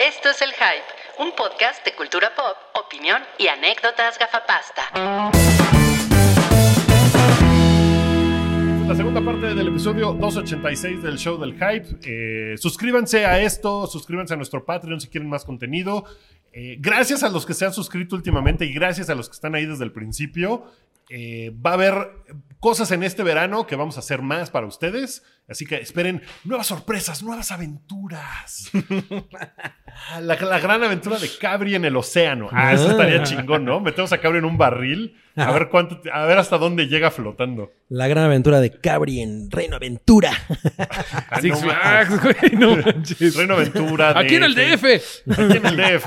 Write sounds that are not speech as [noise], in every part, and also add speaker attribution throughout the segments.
Speaker 1: Esto es El Hype, un podcast de cultura pop, opinión y anécdotas gafapasta.
Speaker 2: La segunda parte del episodio 286 del show del hype. Eh, suscríbanse a esto, suscríbanse a nuestro Patreon si quieren más contenido. Eh, gracias a los que se han suscrito últimamente y gracias a los que están ahí desde el principio. Eh, va a haber cosas en este verano que vamos a hacer más para ustedes. Así que esperen nuevas sorpresas, nuevas aventuras. Ah, La, la gran aventura de Cabri en el océano. Ah, eso estaría chingón, ¿no? Metemos a Cabri en un barril. A ver cuánto, a ver hasta dónde llega flotando.
Speaker 3: La gran aventura de Cabri en Reino Aventura.
Speaker 2: Ah, no
Speaker 4: Six
Speaker 2: mames.
Speaker 4: Flags, [laughs] güey,
Speaker 2: [laughs]
Speaker 4: no manches.
Speaker 2: Reino Aventura.
Speaker 4: Aquí en el DF.
Speaker 2: Aquí en el DF.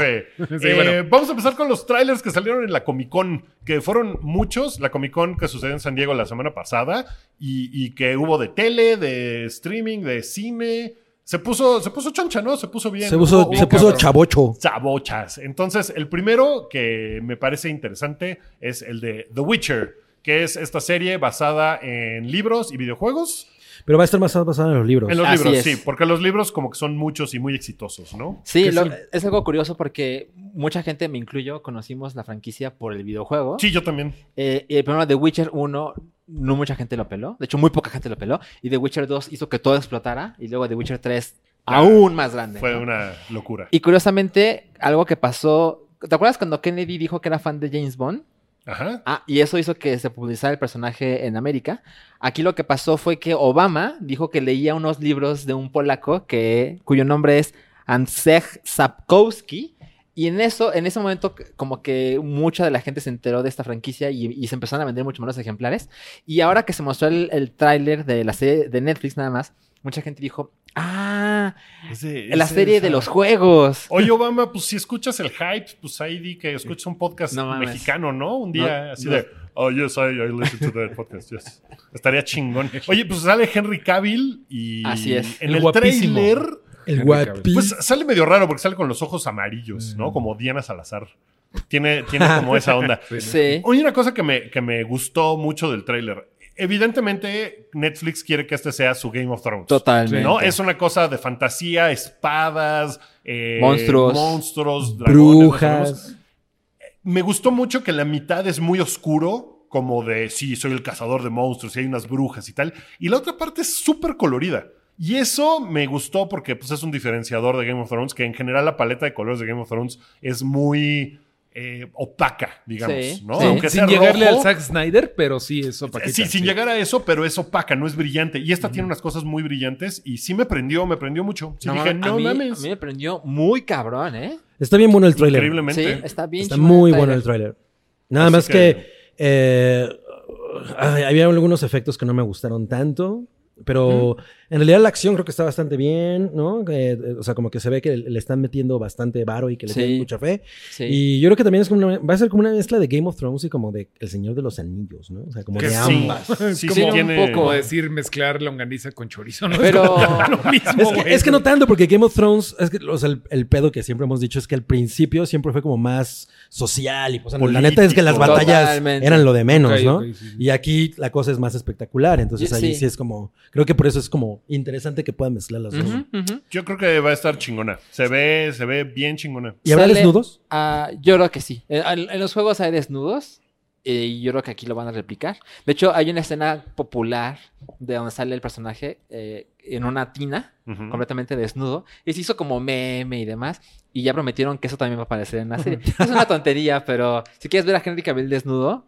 Speaker 4: Sí,
Speaker 2: Eh,
Speaker 4: bueno.
Speaker 2: Vamos a empezar con los trailers que salieron en la Comic Con, que fueron muchos. La Comic Con que sucedió en San Diego la semana pasada y, y que hubo de tele, de streaming, de cine. Se puso, se puso choncha, ¿no? Se puso bien.
Speaker 3: Se puso,
Speaker 2: Hubo- hubo
Speaker 3: se puso
Speaker 2: cabrón.
Speaker 3: chabocho.
Speaker 2: Sabochas. Entonces, el primero que me parece interesante es el de The Witcher, que es esta serie basada en libros y videojuegos.
Speaker 3: Pero va a estar más basado en los libros.
Speaker 2: En los
Speaker 5: Así
Speaker 2: libros,
Speaker 5: es.
Speaker 2: sí, porque los libros como que son muchos y muy exitosos, ¿no?
Speaker 5: Sí,
Speaker 2: Que
Speaker 5: lo-
Speaker 2: son-
Speaker 5: es algo curioso porque mucha gente, me incluyo, conocimos la franquicia por el videojuego.
Speaker 2: Sí, yo también.
Speaker 5: Eh, y el problema de Witcher 1, no mucha gente lo peló. De hecho, muy poca gente lo peló. Y The Witcher 2 hizo que todo explotara. Y luego The Witcher 3, aún más grande.
Speaker 2: Fue
Speaker 5: ¿no?
Speaker 2: una locura.
Speaker 5: Y curiosamente, algo que pasó. ¿Te acuerdas cuando Kennedy dijo que era fan de James Bond?
Speaker 2: Ajá.
Speaker 5: Ah, y eso hizo que se publicara el personaje en América. Aquí lo que pasó fue que Obama dijo que leía unos libros de un polaco que, cuyo nombre es Andrzej Sapkowski. Y en eso, en ese momento, c- como que mucha de la gente se enteró de esta franquicia y, y se empezaron a vender muchos menos ejemplares. Y ahora que se mostró el, el tráiler de la serie de Netflix nada más, mucha gente dijo, ah, la serie de los juegos.
Speaker 2: Oye, Obama, pues si escuchas el hype, pues ahí di que escuchas un podcast
Speaker 5: No mames.
Speaker 2: mexicano, ¿no? Un día
Speaker 5: No,
Speaker 2: así
Speaker 5: no.
Speaker 2: de, oh, yes, I, I listen to that podcast, yes.
Speaker 5: [laughs]
Speaker 2: Estaría chingón. Oye, pues sale Henry Cavill y
Speaker 5: Así es.
Speaker 2: en
Speaker 4: El
Speaker 2: el,
Speaker 4: guapísimo.
Speaker 2: trailer,
Speaker 3: El
Speaker 4: Henry
Speaker 3: guapi.
Speaker 4: Cavill.
Speaker 2: pues sale medio raro porque sale con los ojos amarillos, ¿no? Como Diana Salazar. Tiene, tiene como esa
Speaker 5: [laughs]
Speaker 2: onda.
Speaker 5: Sí.
Speaker 2: Oye, una cosa que me, que me gustó mucho del tráiler. Evidentemente, Netflix quiere que este sea su Game of Thrones.
Speaker 5: Totalmente.
Speaker 2: ¿No? eh, Es una cosa de fantasía, espadas, eh,
Speaker 5: Monstruos.
Speaker 2: monstruos, dragones, no sabemos.
Speaker 3: Brujas.
Speaker 2: Me gustó mucho que la mitad es muy oscuro, como de sí, soy el cazador de monstruos y hay unas brujas y tal. Y la otra parte es súper colorida. Y eso me gustó porque pues, es un diferenciador de Game of Thrones, que en general la paleta de colores de Game of Thrones es muy eh, opaca, digamos.
Speaker 5: Sí,
Speaker 2: ¿no?
Speaker 5: sí.
Speaker 2: Aunque sea
Speaker 4: Sin llegarle
Speaker 2: rojo,
Speaker 4: al Zack Snyder, pero sí, eso para
Speaker 2: Sí, sin llegar a eso, pero es opaca, no es brillante. Y esta tiene unas cosas muy brillantes y sí me prendió, me prendió mucho. Sí
Speaker 5: No
Speaker 2: dije,
Speaker 5: mames, a
Speaker 2: no
Speaker 5: mí-
Speaker 2: mames.
Speaker 5: A mí me prendió muy cabrón, ¿eh?
Speaker 3: Está bien bueno el trailer.
Speaker 5: Sí,
Speaker 2: Increíblemente.
Speaker 5: está bien.
Speaker 3: Está
Speaker 5: chido
Speaker 3: muy
Speaker 5: el
Speaker 3: bueno
Speaker 5: tráiler.
Speaker 3: el tráiler. Nada
Speaker 2: Así
Speaker 3: más
Speaker 2: que-
Speaker 3: que, eh, ay, había algunos efectos que no me gustaron tanto, pero en realidad la acción creo que está bastante bien, ¿no? Eh, eh, o sea, como que se ve que le, le están metiendo bastante varo y que le
Speaker 5: Sí.
Speaker 3: tienen mucha fe.
Speaker 5: Sí.
Speaker 3: Y yo creo que también es como una- va a ser como una mezcla de Game of Thrones y como de El Señor de los Anillos, ¿no? O sea, como
Speaker 2: Que
Speaker 3: de
Speaker 2: sí.
Speaker 3: ambas.
Speaker 2: Sí,
Speaker 5: como
Speaker 2: sí,
Speaker 5: un
Speaker 2: tiene- pues,
Speaker 4: Como
Speaker 5: poco.
Speaker 4: decir mezclar longaniza con chorizo, ¿no?
Speaker 3: [laughs]
Speaker 5: Pero,
Speaker 4: lo mismo,
Speaker 3: Es que,
Speaker 4: güey.
Speaker 3: es que no tanto, porque Game of Thrones, es que, o sea, el, el pedo que siempre hemos dicho es que al principio siempre fue como más social y pues, la neta es que las
Speaker 2: Político.
Speaker 3: batallas
Speaker 5: Totalmente.
Speaker 3: eran lo de [laughs] menos,
Speaker 4: Ok,
Speaker 3: ¿no?
Speaker 4: ok, sí, sí.
Speaker 3: Y aquí la cosa es más espectacular, entonces
Speaker 5: Yo-
Speaker 3: ahí sí.
Speaker 5: sí.
Speaker 3: es como, creo que por eso es como interesante que puedan mezclar las dos.
Speaker 5: Ujú, ujú.
Speaker 2: Yo creo que va a estar chingona. Se ve, se ve bien chingona.
Speaker 3: ¿Y habrá
Speaker 5: Sale-
Speaker 3: desnudos?
Speaker 5: Ah, yo creo que sí. En, en- en los juegos hay desnudos. eh, Y yo creo que aquí lo van a replicar. De hecho, hay una escena popular de donde sale el personaje eh, en una tina,
Speaker 2: Ujú.
Speaker 5: completamente desnudo. Y se hizo como meme y demás. Y ya prometieron que eso también va a aparecer en la serie. Es una tontería, pero si quieres ver a Henry Cavill desnudo,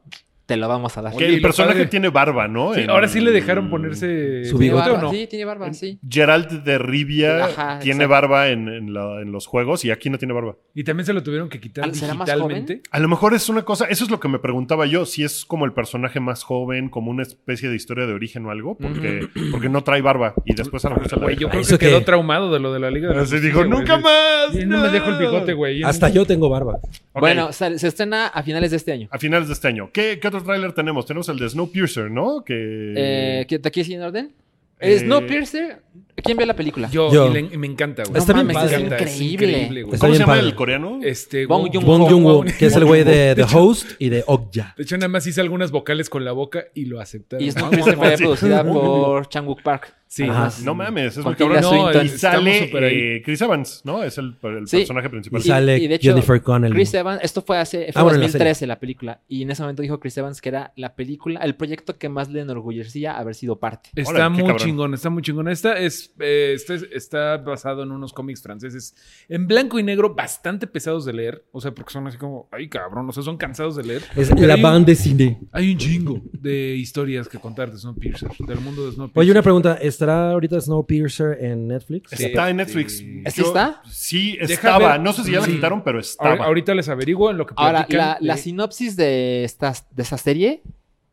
Speaker 5: te lo vamos a dar.
Speaker 2: Que
Speaker 4: Oye, y
Speaker 2: el
Speaker 4: lo
Speaker 2: personaje
Speaker 4: padre-
Speaker 2: tiene barba, ¿no?
Speaker 4: Sí,
Speaker 2: En- mm,
Speaker 4: ahora sí le dejaron ponerse
Speaker 3: Su
Speaker 5: ¿Tiene
Speaker 3: bigote
Speaker 5: barba?
Speaker 4: o no.
Speaker 5: Ah, Sí, tiene barba, sí.
Speaker 2: Geralt de Rivia
Speaker 5: Ajá,
Speaker 2: tiene
Speaker 5: exacto.
Speaker 2: barba en, en la- en los juegos y aquí no tiene barba.
Speaker 4: Y también se lo tuvieron que quitar
Speaker 5: Ah, ¿Será más joven?
Speaker 4: digitalmente.
Speaker 2: A lo mejor es una cosa, eso es lo que me preguntaba yo, si es como el personaje más joven, como una especie de historia de origen o algo, porque, porque no trae barba y después a lo mejor se la
Speaker 4: Güey, yo
Speaker 2: deja.
Speaker 4: creo
Speaker 3: ¿Eso
Speaker 4: que quedó
Speaker 3: qué?
Speaker 4: traumado de lo de la Liga de la
Speaker 2: Así
Speaker 4: Justicia,
Speaker 2: dijo,
Speaker 4: güey.
Speaker 2: nunca más.
Speaker 4: Y No me dejo el bigote, güey.
Speaker 3: Hasta yo tengo barba.
Speaker 2: Ok,
Speaker 5: Bueno, sale- se estrena a finales de este año.
Speaker 2: A finales de este año. ¿Qué, qué otro tráiler tenemos? Tenemos el de Snowpiercer, ¿no? Que...
Speaker 5: Eh, ¿qué- ¿De aquí sigue en orden?
Speaker 2: Eh,
Speaker 5: Snowpiercer ¿Quién vio la película?
Speaker 4: Yo,
Speaker 3: Yo.
Speaker 4: y le- y me encanta, güey.
Speaker 3: Está
Speaker 4: No
Speaker 3: bien
Speaker 4: mames,
Speaker 3: padre.
Speaker 4: me encanta, es
Speaker 5: Increíble.
Speaker 4: güey.
Speaker 3: Está
Speaker 2: ¿Cómo
Speaker 3: bien
Speaker 2: se llama
Speaker 3: padre.
Speaker 2: el coreano?
Speaker 4: Este,
Speaker 5: Bong Joon-ho.
Speaker 3: Bong Joon-ho, que es el güey de
Speaker 4: De
Speaker 3: The
Speaker 4: hecho-
Speaker 3: Host y de Okja.
Speaker 4: De hecho, nada más hice algunas vocales con la boca y lo Ah, aceptaron.
Speaker 5: Y Snow Piercer fue
Speaker 2: Sí.
Speaker 5: producida por Chang Wook Park.
Speaker 4: Sí.
Speaker 5: Ajá.
Speaker 2: No mames, es muy
Speaker 5: Con Tilda
Speaker 2: cabrón.
Speaker 5: Swinton.
Speaker 2: No, y
Speaker 4: Estamos súper ahí.
Speaker 2: sale eh, Chris Evans, ¿no? Es el, el
Speaker 5: Sí.
Speaker 2: personaje principal.
Speaker 3: Y sale Jennifer Connelly.
Speaker 5: Chris Evans, esto fue hace fue
Speaker 3: Ah, bueno, en la
Speaker 5: 2013 la, película. Y en ese momento dijo Chris Evans que era la película, el proyecto que más le enorgullecía haber sido parte.
Speaker 4: Está
Speaker 2: Órale, qué
Speaker 4: muy
Speaker 2: cabrón.
Speaker 4: chingón, está muy chingón. Esta es, eh, este es- está basado en unos cómics franceses en blanco y negro bastante pesados de leer. O sea, porque son así como, ay cabrón, o sea, son cansados de leer.
Speaker 3: Es
Speaker 4: Pero
Speaker 3: la
Speaker 4: hay un-
Speaker 3: banda de cine.
Speaker 4: Hay un chingo de historias que contar de Snowpiercer, del mundo de Snowpiercer.
Speaker 3: Oye, una pregunta. ¿Estará ahorita Snowpiercer en Netflix?
Speaker 4: Sí. ¿Este
Speaker 2: Está en Netflix.
Speaker 4: Sí.
Speaker 5: ¿Así está?
Speaker 2: Sí,
Speaker 4: Deja
Speaker 2: estaba.
Speaker 4: ver.
Speaker 2: No sé si ya la
Speaker 4: Sí.
Speaker 2: quitaron, pero
Speaker 4: Ahor-
Speaker 2: estaba.
Speaker 4: Ahorita les averiguo en lo que
Speaker 5: Ahora,
Speaker 4: platican eh,
Speaker 5: la,
Speaker 4: de-
Speaker 5: la sinopsis de esta, de esta serie,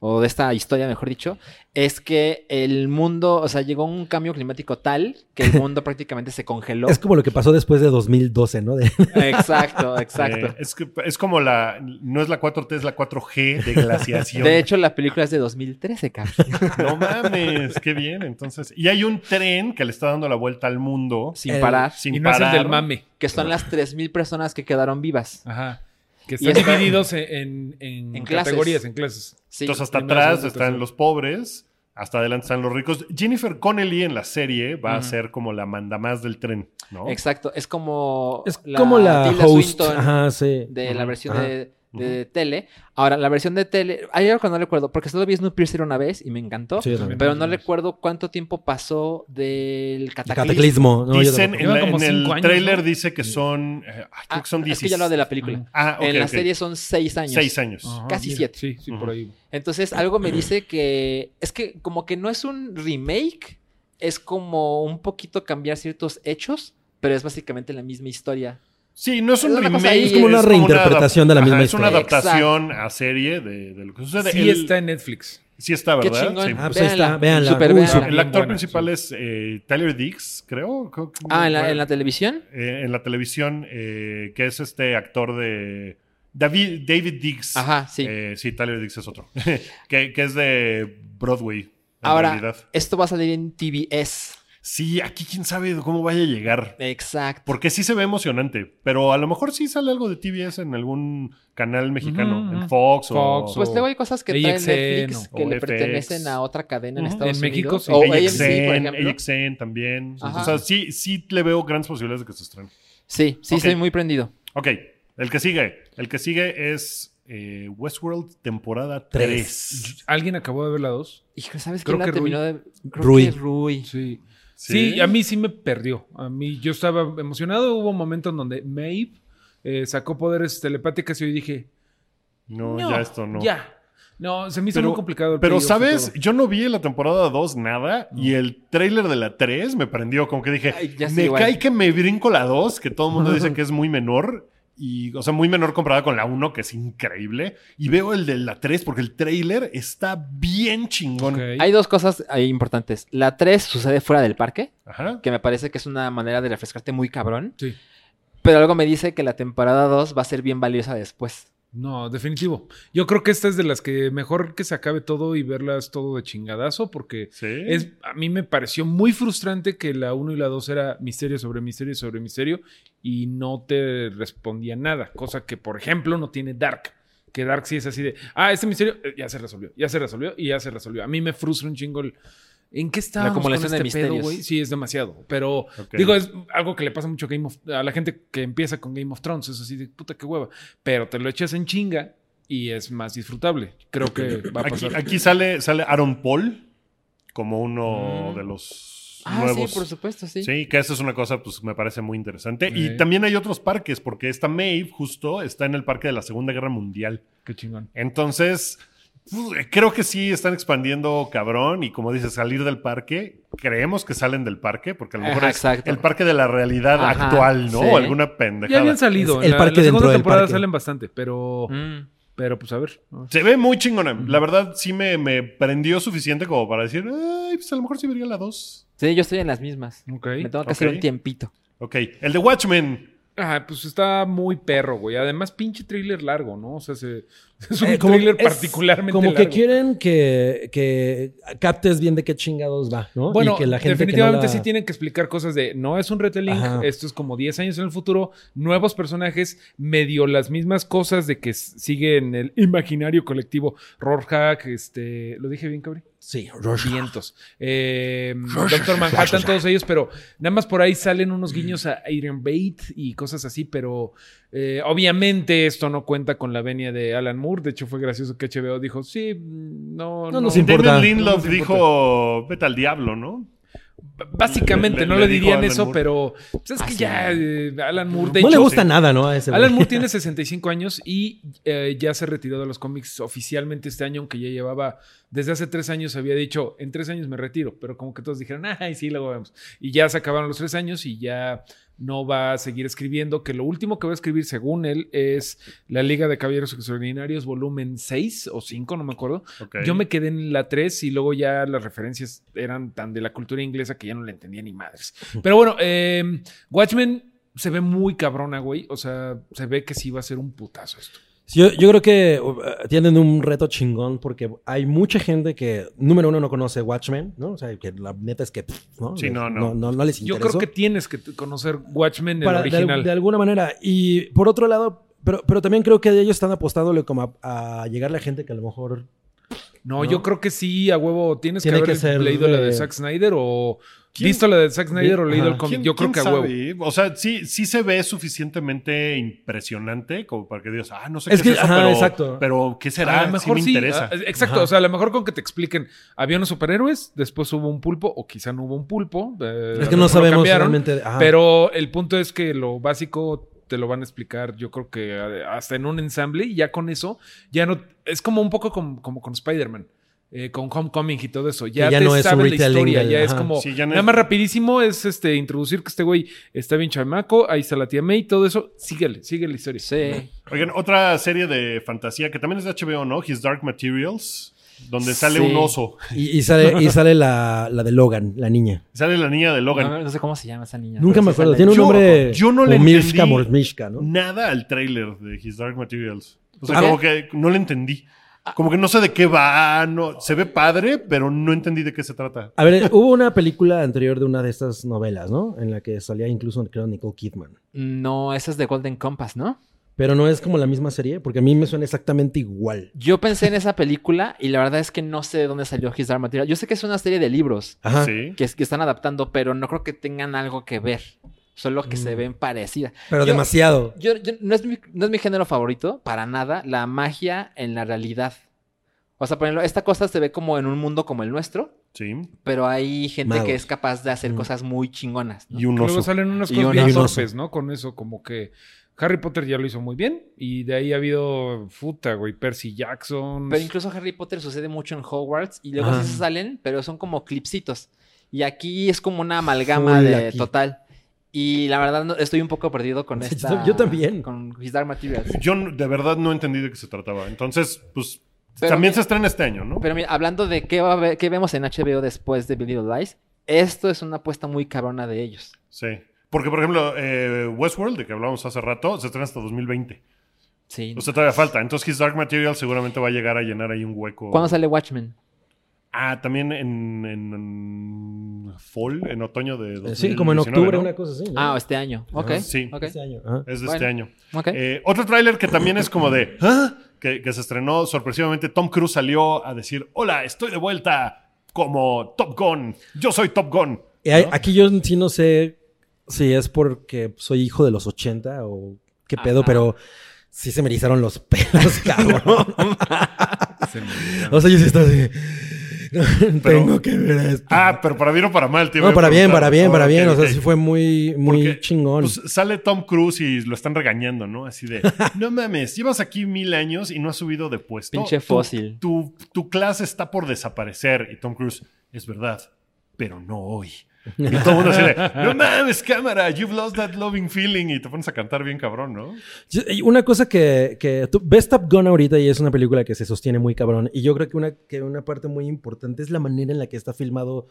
Speaker 5: o de esta historia, mejor dicho, es que el mundo, o sea, llegó un cambio climático tal que el mundo prácticamente se congeló.
Speaker 3: Es como lo que pasó después de 2012, ¿no? De-
Speaker 5: Exacto,
Speaker 2: Eh,
Speaker 5: exacto.
Speaker 2: es, que, es como la. No es la 4T, es la 4G de glaciación.
Speaker 5: [laughs] De hecho, la película es de 2013, cabrón.
Speaker 3: [laughs]
Speaker 2: No mames, qué bien. Entonces, y hay un tren que le está dando la vuelta al mundo
Speaker 5: Sin
Speaker 3: El-
Speaker 5: parar.
Speaker 2: sin
Speaker 4: y no es
Speaker 2: parar.
Speaker 4: el del mame.
Speaker 5: Que son las 3.000 personas que quedaron vivas.
Speaker 4: Ajá. Que
Speaker 5: Y
Speaker 4: están
Speaker 5: está-
Speaker 4: divididos en, en,
Speaker 5: En clases.
Speaker 4: categorías, en clases.
Speaker 5: Sí.
Speaker 2: Entonces, hasta
Speaker 4: Primero,
Speaker 2: atrás
Speaker 4: segundo,
Speaker 2: están
Speaker 4: tercero.
Speaker 2: los pobres, hasta adelante están los ricos. Jennifer Connelly en la serie va a ser como la mandamás del tren, ¿no?
Speaker 5: Exacto. Es como
Speaker 3: Es [laughs] como la
Speaker 5: Tilda
Speaker 3: host.
Speaker 5: Swinton
Speaker 3: Ajá, sí.
Speaker 5: de la
Speaker 3: Ajá,
Speaker 5: versión
Speaker 3: ajá.
Speaker 5: de, de tele. Ahora, la versión de tele, hay algo que no recuerdo, porque solo vi Snowpiercer una vez y me encantó.
Speaker 3: Sí, yo también.
Speaker 5: Pero no recuerdo cuánto tiempo pasó del cataclismo.
Speaker 3: Cataclismo. No, yo
Speaker 2: Dicen,
Speaker 3: tampoco.
Speaker 2: en, la-
Speaker 4: Llevan como
Speaker 2: en el
Speaker 4: cinco años,
Speaker 2: trailer
Speaker 4: ¿no?
Speaker 2: dice que son. eh, ay, creo
Speaker 5: Ah,
Speaker 2: que son 16.
Speaker 5: es que ya lo de la película.
Speaker 2: Ah, ok,
Speaker 5: en la
Speaker 2: ok.
Speaker 5: serie son seis años.
Speaker 2: Seis años.
Speaker 4: Ajá,
Speaker 5: Casi
Speaker 4: mira.
Speaker 5: siete.
Speaker 4: Sí, sí, por
Speaker 2: Ujú.
Speaker 4: ahí.
Speaker 5: Entonces, algo me dice que es que como que no es un remake, es como un poquito cambiar ciertos hechos, pero es básicamente la misma historia.
Speaker 2: Sí, no es
Speaker 5: Es
Speaker 2: un
Speaker 5: una
Speaker 2: remake.
Speaker 5: cosa ahí, es como
Speaker 3: una reinterpretación de la misma
Speaker 2: Es una
Speaker 5: historia.
Speaker 2: adaptación a serie de, de lo que sucede.
Speaker 4: Sí
Speaker 2: El-
Speaker 4: está en Netflix.
Speaker 2: sí está,
Speaker 5: Qué
Speaker 2: ¿verdad?
Speaker 5: chingón.
Speaker 2: Sí.
Speaker 3: Ah, pues ahí está.
Speaker 5: Véanla,
Speaker 3: Véanla.
Speaker 5: súper
Speaker 3: Uy,
Speaker 5: véanla.
Speaker 3: súper-
Speaker 2: El actor
Speaker 4: buena,
Speaker 2: principal es eh, Tyler Dix, creo. creo que-
Speaker 5: Ah, en la, en la televisión.
Speaker 2: eh, en la televisión, eh, que es este actor de David, David Diggs.
Speaker 5: Ajá, sí.
Speaker 2: Eh, sí, Tyler Dix es otro. [laughs] que, que es de Broadway. en
Speaker 5: Ahora,
Speaker 2: realidad.
Speaker 5: esto va a salir en TBS.
Speaker 2: Sí, aquí quién sabe cómo vaya a llegar.
Speaker 5: Exacto.
Speaker 2: Porque sí se ve emocionante, pero a lo mejor sí sale algo de TBS en algún canal mexicano,
Speaker 4: Ujú,
Speaker 2: en
Speaker 4: ujú.
Speaker 2: Fox,
Speaker 4: Fox
Speaker 2: o...
Speaker 5: Mm, Pues luego hay cosas que trae
Speaker 4: AXN
Speaker 5: Netflix
Speaker 4: o
Speaker 5: que le
Speaker 2: FX.
Speaker 5: pertenecen a otra cadena en
Speaker 2: Ujú.
Speaker 5: Estados
Speaker 4: En México,
Speaker 5: Unidos.
Speaker 4: sí.
Speaker 5: O
Speaker 2: AXN,
Speaker 5: AMC, por ejemplo.
Speaker 2: AXN también.
Speaker 5: Ajá.
Speaker 2: O sea, sí, sí le veo grandes posibilidades de que se estrene.
Speaker 5: Sí, sí,
Speaker 2: Ok.
Speaker 5: estoy muy prendido.
Speaker 2: Ok, el que sigue. El que sigue es eh, Westworld temporada
Speaker 3: Tres.
Speaker 2: 3.
Speaker 4: ¿Alguien acabó de ver la 2?
Speaker 5: Hijo, ¿sabes
Speaker 4: Creo
Speaker 5: quién la
Speaker 4: que Rui.
Speaker 5: terminó de...? Creo
Speaker 3: Rui.
Speaker 5: que Rui.
Speaker 4: Sí. Sí, a mí sí me perdió. A mí yo estaba emocionado. Hubo momentos donde Maeve eh, sacó poderes telepáticas y yo dije,
Speaker 2: No, ya esto no.
Speaker 4: Ya. No, se me hizo
Speaker 2: Pero-
Speaker 4: muy complicado. el
Speaker 2: Pero,
Speaker 4: playoff y
Speaker 2: ¿sabes?
Speaker 4: todo.
Speaker 2: Yo no vi la temporada 2 nada y el tráiler de la 3 me prendió. Como que dije,
Speaker 5: Ay, ya sé,
Speaker 2: me
Speaker 5: igual.
Speaker 2: cae que me brinco la 2, que todo el mundo
Speaker 4: [laughs]
Speaker 2: dice que es muy menor. Y, o sea, muy menor comparada con la 1, que es increíble. Y veo el de la 3 porque el tráiler está bien chingón.
Speaker 4: Ok.
Speaker 5: Hay dos cosas ahí importantes. La 3 sucede fuera del parque,
Speaker 2: Ajá.
Speaker 5: que me parece que es una manera de refrescarte muy cabrón.
Speaker 4: Sí.
Speaker 5: Pero algo me dice que la temporada 2 va a ser bien valiosa después.
Speaker 4: No, definitivo. Yo creo que esta es de las que mejor que se acabe todo y verlas todo de chingadazo, porque
Speaker 2: Sí.
Speaker 4: es, a mí me pareció muy frustrante que la 1 y la 2 era misterio sobre misterio sobre misterio y no te respondía nada. Cosa que, por ejemplo, no tiene Dark. Que Dark sí es así de, ah, este misterio eh, ya se resolvió, ya se resolvió y ya se resolvió. A mí me frustra un chingo el- ¿En qué estábamos con
Speaker 5: acumulación de
Speaker 4: este pedo,
Speaker 5: misterios.
Speaker 4: güey? Sí, es demasiado. Pero
Speaker 2: Ok.
Speaker 4: digo, es algo que le pasa mucho a, Game of- a la gente que empieza con Game of Thrones. Es así de puta que hueva. Pero te lo echas en chinga y es más disfrutable. Creo que va a
Speaker 2: Aquí,
Speaker 4: pasar.
Speaker 2: aquí sale, sale Aaron Paul como uno
Speaker 4: Mm.
Speaker 2: de los
Speaker 5: Ah,
Speaker 2: nuevos.
Speaker 5: sí, por supuesto, sí.
Speaker 2: Sí, que eso es una cosa, pues me parece muy interesante. Y
Speaker 4: Ok.
Speaker 2: también hay otros parques, porque esta Maeve justo está en el parque de la Segunda Guerra Mundial.
Speaker 4: Qué chingón.
Speaker 2: Entonces, uf, creo que sí están expandiendo cabrón. Y como dices, salir del parque, creemos que salen del parque, porque a lo
Speaker 5: Ajá,
Speaker 2: mejor es
Speaker 5: exacto.
Speaker 2: el parque de la realidad
Speaker 5: Ajá,
Speaker 2: actual, ¿no?
Speaker 5: sí.
Speaker 2: O alguna
Speaker 4: Ya
Speaker 2: pendejada.
Speaker 4: habían salido.
Speaker 3: Es el
Speaker 4: en
Speaker 3: parque
Speaker 4: la, en la
Speaker 3: dentro
Speaker 4: segunda
Speaker 3: del
Speaker 4: temporada
Speaker 3: parque.
Speaker 4: salen bastante, pero,
Speaker 5: Mm.
Speaker 4: pero pues a ver.
Speaker 2: Se ve muy chingona. La verdad, sí me, me prendió suficiente como para decir, ay, pues a lo mejor sí vería la 2.
Speaker 5: Sí, yo estoy en las mismas.
Speaker 4: Ok.
Speaker 5: Me tengo que hacer
Speaker 2: Ok.
Speaker 5: un tiempito.
Speaker 2: Ok, el de Watchmen.
Speaker 4: Ah, pues está muy perro, güey. Además, pinche thriller largo, ¿no? O sea, se- [laughs] es un
Speaker 3: Eh, como-
Speaker 4: thriller
Speaker 3: es
Speaker 4: particularmente
Speaker 3: Como que
Speaker 4: largo.
Speaker 3: quieren que, que captes bien de qué chingados va, ¿no?
Speaker 4: Bueno,
Speaker 3: Y que la gente que no
Speaker 4: definitivamente
Speaker 3: la-
Speaker 4: sí tienen que explicar cosas de no es un retelling,
Speaker 3: Ajá.
Speaker 4: esto es como 10 años en el futuro, nuevos personajes, medio las mismas cosas de que s- sigue en el imaginario colectivo. Rorschach, este, lo dije bien, cabrón.
Speaker 3: Sí,
Speaker 4: Vientos.
Speaker 2: [laughs]
Speaker 4: Eh, Doctor Manhattan, todos ellos, pero nada más por ahí salen
Speaker 2: Mm.
Speaker 4: unos guiños a Iron Bait y cosas así, pero eh, obviamente esto no cuenta con la venia de Alan Moore. De hecho, fue gracioso que HBO dijo, sí, mm, no,
Speaker 3: No
Speaker 4: no.
Speaker 3: nos
Speaker 4: B-
Speaker 3: importa.
Speaker 2: Damon Lindelof
Speaker 4: No nos importa.
Speaker 2: dijo, vete al diablo, ¿no?
Speaker 4: Básicamente,
Speaker 2: Le- le-
Speaker 4: no
Speaker 2: le
Speaker 4: le,
Speaker 2: dijo
Speaker 4: dirían
Speaker 2: Alan
Speaker 4: eso,
Speaker 2: Moore.
Speaker 4: pero pues, es que
Speaker 5: Así.
Speaker 4: ya eh, Alan Moore, de
Speaker 3: No le
Speaker 4: hecho,
Speaker 3: gusta
Speaker 2: sí.
Speaker 3: nada, ¿no? A ese
Speaker 4: Alan
Speaker 3: güey.
Speaker 4: Moore
Speaker 3: [laughs]
Speaker 4: tiene 65 años y eh, ya se retiró de los cómics oficialmente este año, aunque ya llevaba, desde hace tres años había dicho, en tres años me retiro, pero como que todos dijeron, ay, sí, luego vemos. Y ya se acabaron los tres años y ya no va a seguir escribiendo, que lo último que va a escribir, según él, es La Liga de Caballeros Extraordinarios, volumen 6 o 5, no me acuerdo.
Speaker 2: Ok.
Speaker 4: Yo me quedé en la 3 y luego ya las referencias eran tan de la cultura inglesa que ya no le entendía ni madres. Pero bueno, eh, Watchmen se ve muy cabrona, güey. O sea, se ve que sí va a ser un putazo esto.
Speaker 3: Sí, yo, yo creo que uh, tienen un reto chingón porque hay mucha gente que, número uno, no conoce Watchmen, ¿no? O sea, que la neta es que, pff, ¿no?
Speaker 2: Sí, no, no.
Speaker 3: No, no les
Speaker 4: Yo
Speaker 3: interesa.
Speaker 4: creo que tienes que t- conocer Watchmen, el
Speaker 3: Para- de-
Speaker 4: original.
Speaker 3: De, alguna manera. Y por otro lado, pero, pero también creo que ellos están apostándole como a, a llegarle a gente que a lo mejor... ¿no?
Speaker 4: no, yo creo que sí, a huevo, tienes
Speaker 3: Tiene
Speaker 4: que haber
Speaker 3: que ser
Speaker 4: leído la de
Speaker 3: de-
Speaker 4: Zack Snyder o
Speaker 2: ¿Quién-
Speaker 4: visto la de Zack Snyder o leído
Speaker 3: Ajá.
Speaker 4: el cómic.
Speaker 2: ¿Quién-
Speaker 4: Yo creo
Speaker 2: quién
Speaker 4: que a huevo.
Speaker 2: sabe? O sea, sí, sí se ve suficientemente impresionante como para que digas, ah, no sé
Speaker 3: Es
Speaker 2: qué
Speaker 3: que-
Speaker 2: es eso,
Speaker 3: ajá,
Speaker 2: pero,
Speaker 3: exacto.
Speaker 2: pero ¿qué será?
Speaker 4: A lo mejor
Speaker 2: sí
Speaker 4: sí.
Speaker 2: me interesa.
Speaker 4: ah, exacto.
Speaker 3: Ajá.
Speaker 4: O sea, a lo mejor con que te expliquen. Había unos superhéroes, después hubo un pulpo, o quizá no hubo un pulpo. eh,
Speaker 3: es
Speaker 4: a
Speaker 3: que no
Speaker 4: lo mejor lo
Speaker 3: sabemos
Speaker 4: cambiaron,
Speaker 3: realmente... ajá.
Speaker 4: Pero el punto es que lo básico te lo van a explicar, yo creo que eh, hasta en un ensamble, y ya con eso, ya no. Es como un poco com- como con Spider-Man. eh, con Homecoming y todo eso. Ya,
Speaker 3: ya
Speaker 4: te
Speaker 3: no es un
Speaker 4: sabes la
Speaker 3: retelling
Speaker 4: historia.
Speaker 3: del-
Speaker 4: ya es
Speaker 3: ajá.
Speaker 4: como.
Speaker 2: Sí, ya no
Speaker 4: nada
Speaker 2: es-
Speaker 4: más rapidísimo es este introducir que este güey está bien chamaco. Ahí está la tía May, todo eso. Síguele, sigue la historia.
Speaker 5: Sí.
Speaker 2: Oigan, otra serie de fantasía que también es de HBO, ¿no? His Dark Materials, donde sale
Speaker 5: Sí.
Speaker 2: un oso.
Speaker 3: Y, y [laughs] sale, y sale la, la de Logan, la niña.
Speaker 2: Sale la niña de Logan.
Speaker 4: Ah,
Speaker 5: No, no sé cómo se llama esa niña.
Speaker 3: Nunca
Speaker 5: pero
Speaker 3: me
Speaker 5: sí
Speaker 3: acuerdo.
Speaker 5: sale.
Speaker 3: Tiene un
Speaker 2: Yo-
Speaker 3: nombre
Speaker 2: yo no le
Speaker 3: como Mirshka
Speaker 2: entendí.
Speaker 3: Mormishka, ¿no?
Speaker 2: nada al trailer de His Dark Materials. O sea,
Speaker 5: Ah,
Speaker 2: como que no le entendí. Como que no sé de qué va, no, se ve padre, pero no entendí de qué se trata.
Speaker 3: A ver, hubo una película anterior de una de estas novelas, ¿no? En la que salía incluso, creo, Nicole Kidman.
Speaker 5: No, esa es de Golden Compass, ¿no?
Speaker 3: Pero no es como la misma serie, porque a mí me suena exactamente igual.
Speaker 5: Yo pensé en esa película y la verdad es que no sé de dónde salió His Dark Material. Yo sé que es una serie de libros
Speaker 3: Ajá.
Speaker 2: Sí.
Speaker 5: que, es- que están adaptando, pero no creo que tengan algo que ver. Solo que se ven parecidas.
Speaker 3: Pero
Speaker 5: Yo-
Speaker 3: demasiado.
Speaker 5: Yo, yo- no, es mi, no es mi género favorito, para nada, la magia en la realidad. O sea, por ejemplo, esta cosa se ve como en un mundo como el nuestro,
Speaker 2: Sí.
Speaker 5: pero hay gente
Speaker 3: Magos.
Speaker 5: que es capaz de hacer
Speaker 3: Mm.
Speaker 5: cosas muy chingonas. ¿no?
Speaker 2: Y un
Speaker 4: Luego
Speaker 2: oso.
Speaker 4: salen unas
Speaker 5: Y
Speaker 4: cosas
Speaker 5: un
Speaker 4: bien
Speaker 3: oso.
Speaker 4: torpes, ¿no? Con eso, como que Harry Potter ya lo hizo muy bien. Y de ahí ha habido, puta, güey, Percy Jackson.
Speaker 5: Pero incluso Harry Potter sucede mucho en Hogwarts y luego
Speaker 3: Ajá.
Speaker 5: sí se salen, pero son como clipsitos. Y aquí es como una amalgama
Speaker 3: Full
Speaker 5: de
Speaker 3: aquí.
Speaker 5: total. Y la verdad no- estoy un poco perdido
Speaker 3: [laughs]
Speaker 5: con
Speaker 3: Yo
Speaker 5: esta.
Speaker 3: yo también.
Speaker 5: Con His Dark Materials.
Speaker 2: Yo n- de verdad no entendí de qué se trataba. Entonces, pues
Speaker 5: Pero
Speaker 2: también
Speaker 5: mira-
Speaker 2: se estrena este año, ¿no?
Speaker 5: Pero mira, hablando de qué, va a haber- qué vemos en HBO después de Big Little Lies, esto es una apuesta muy cabrona de ellos.
Speaker 2: sí. Porque, por ejemplo, eh, Westworld, de que hablábamos hace rato, se estrena hasta 2020.
Speaker 5: Sí.
Speaker 2: O sea, todavía falta. Entonces, His Dark Materials seguramente va a llegar a llenar ahí un hueco.
Speaker 5: ¿Cuándo sale Watchmen?
Speaker 2: Ah, también en, en- en fall, en otoño de 2019.
Speaker 3: Sí, como en octubre,
Speaker 2: ¿no?
Speaker 3: una cosa así. ¿no?
Speaker 5: Ah, este año. Ok.
Speaker 2: Sí.
Speaker 5: ok,
Speaker 3: Este año. ajá.
Speaker 2: Es de
Speaker 5: Bueno.
Speaker 2: este año.
Speaker 5: ok.
Speaker 2: Eh, otro tráiler que también es como de... ¿ah? Que, que se estrenó sorpresivamente. Tom Cruise salió a decir, hola, estoy de vuelta como Top Gun. Yo soy Top Gun.
Speaker 3: Y Eh, hay- Aquí yo sí no sé si es porque soy hijo de los 80 o qué pedo,
Speaker 5: Ajá.
Speaker 3: pero sí se me erizaron los [laughs] pelos, [laughs] cabrón.
Speaker 4: Se me olvidaron.
Speaker 3: o sea, yo sí estaba así. no,
Speaker 2: Pero-
Speaker 3: tengo que ver esto.
Speaker 2: Ah, pero para bien o para mal, tío.
Speaker 3: no, para bien, para bien, para bien. O sea, sí fue muy, muy chingón.
Speaker 2: Pues, sale Tom Cruise y lo están regañando, ¿no? Así
Speaker 5: [laughs]
Speaker 2: de, no mames, llevas aquí mil años y no has subido de puesto.
Speaker 5: Pinche
Speaker 2: Tu-
Speaker 5: fósil.
Speaker 2: Tu, tu clase está por desaparecer. Y Tom Cruise, es verdad, pero no hoy. Y todo el mundo así de,
Speaker 5: [laughs]
Speaker 2: no mames, cámara, you've lost that loving feeling. Y te pones a cantar bien cabrón, ¿no?
Speaker 3: Yo- y Una cosa que, que tú ves Top Gun ahorita y es una película que se sostiene muy cabrón. Y yo creo que una, que una parte muy importante es la manera en la que está filmado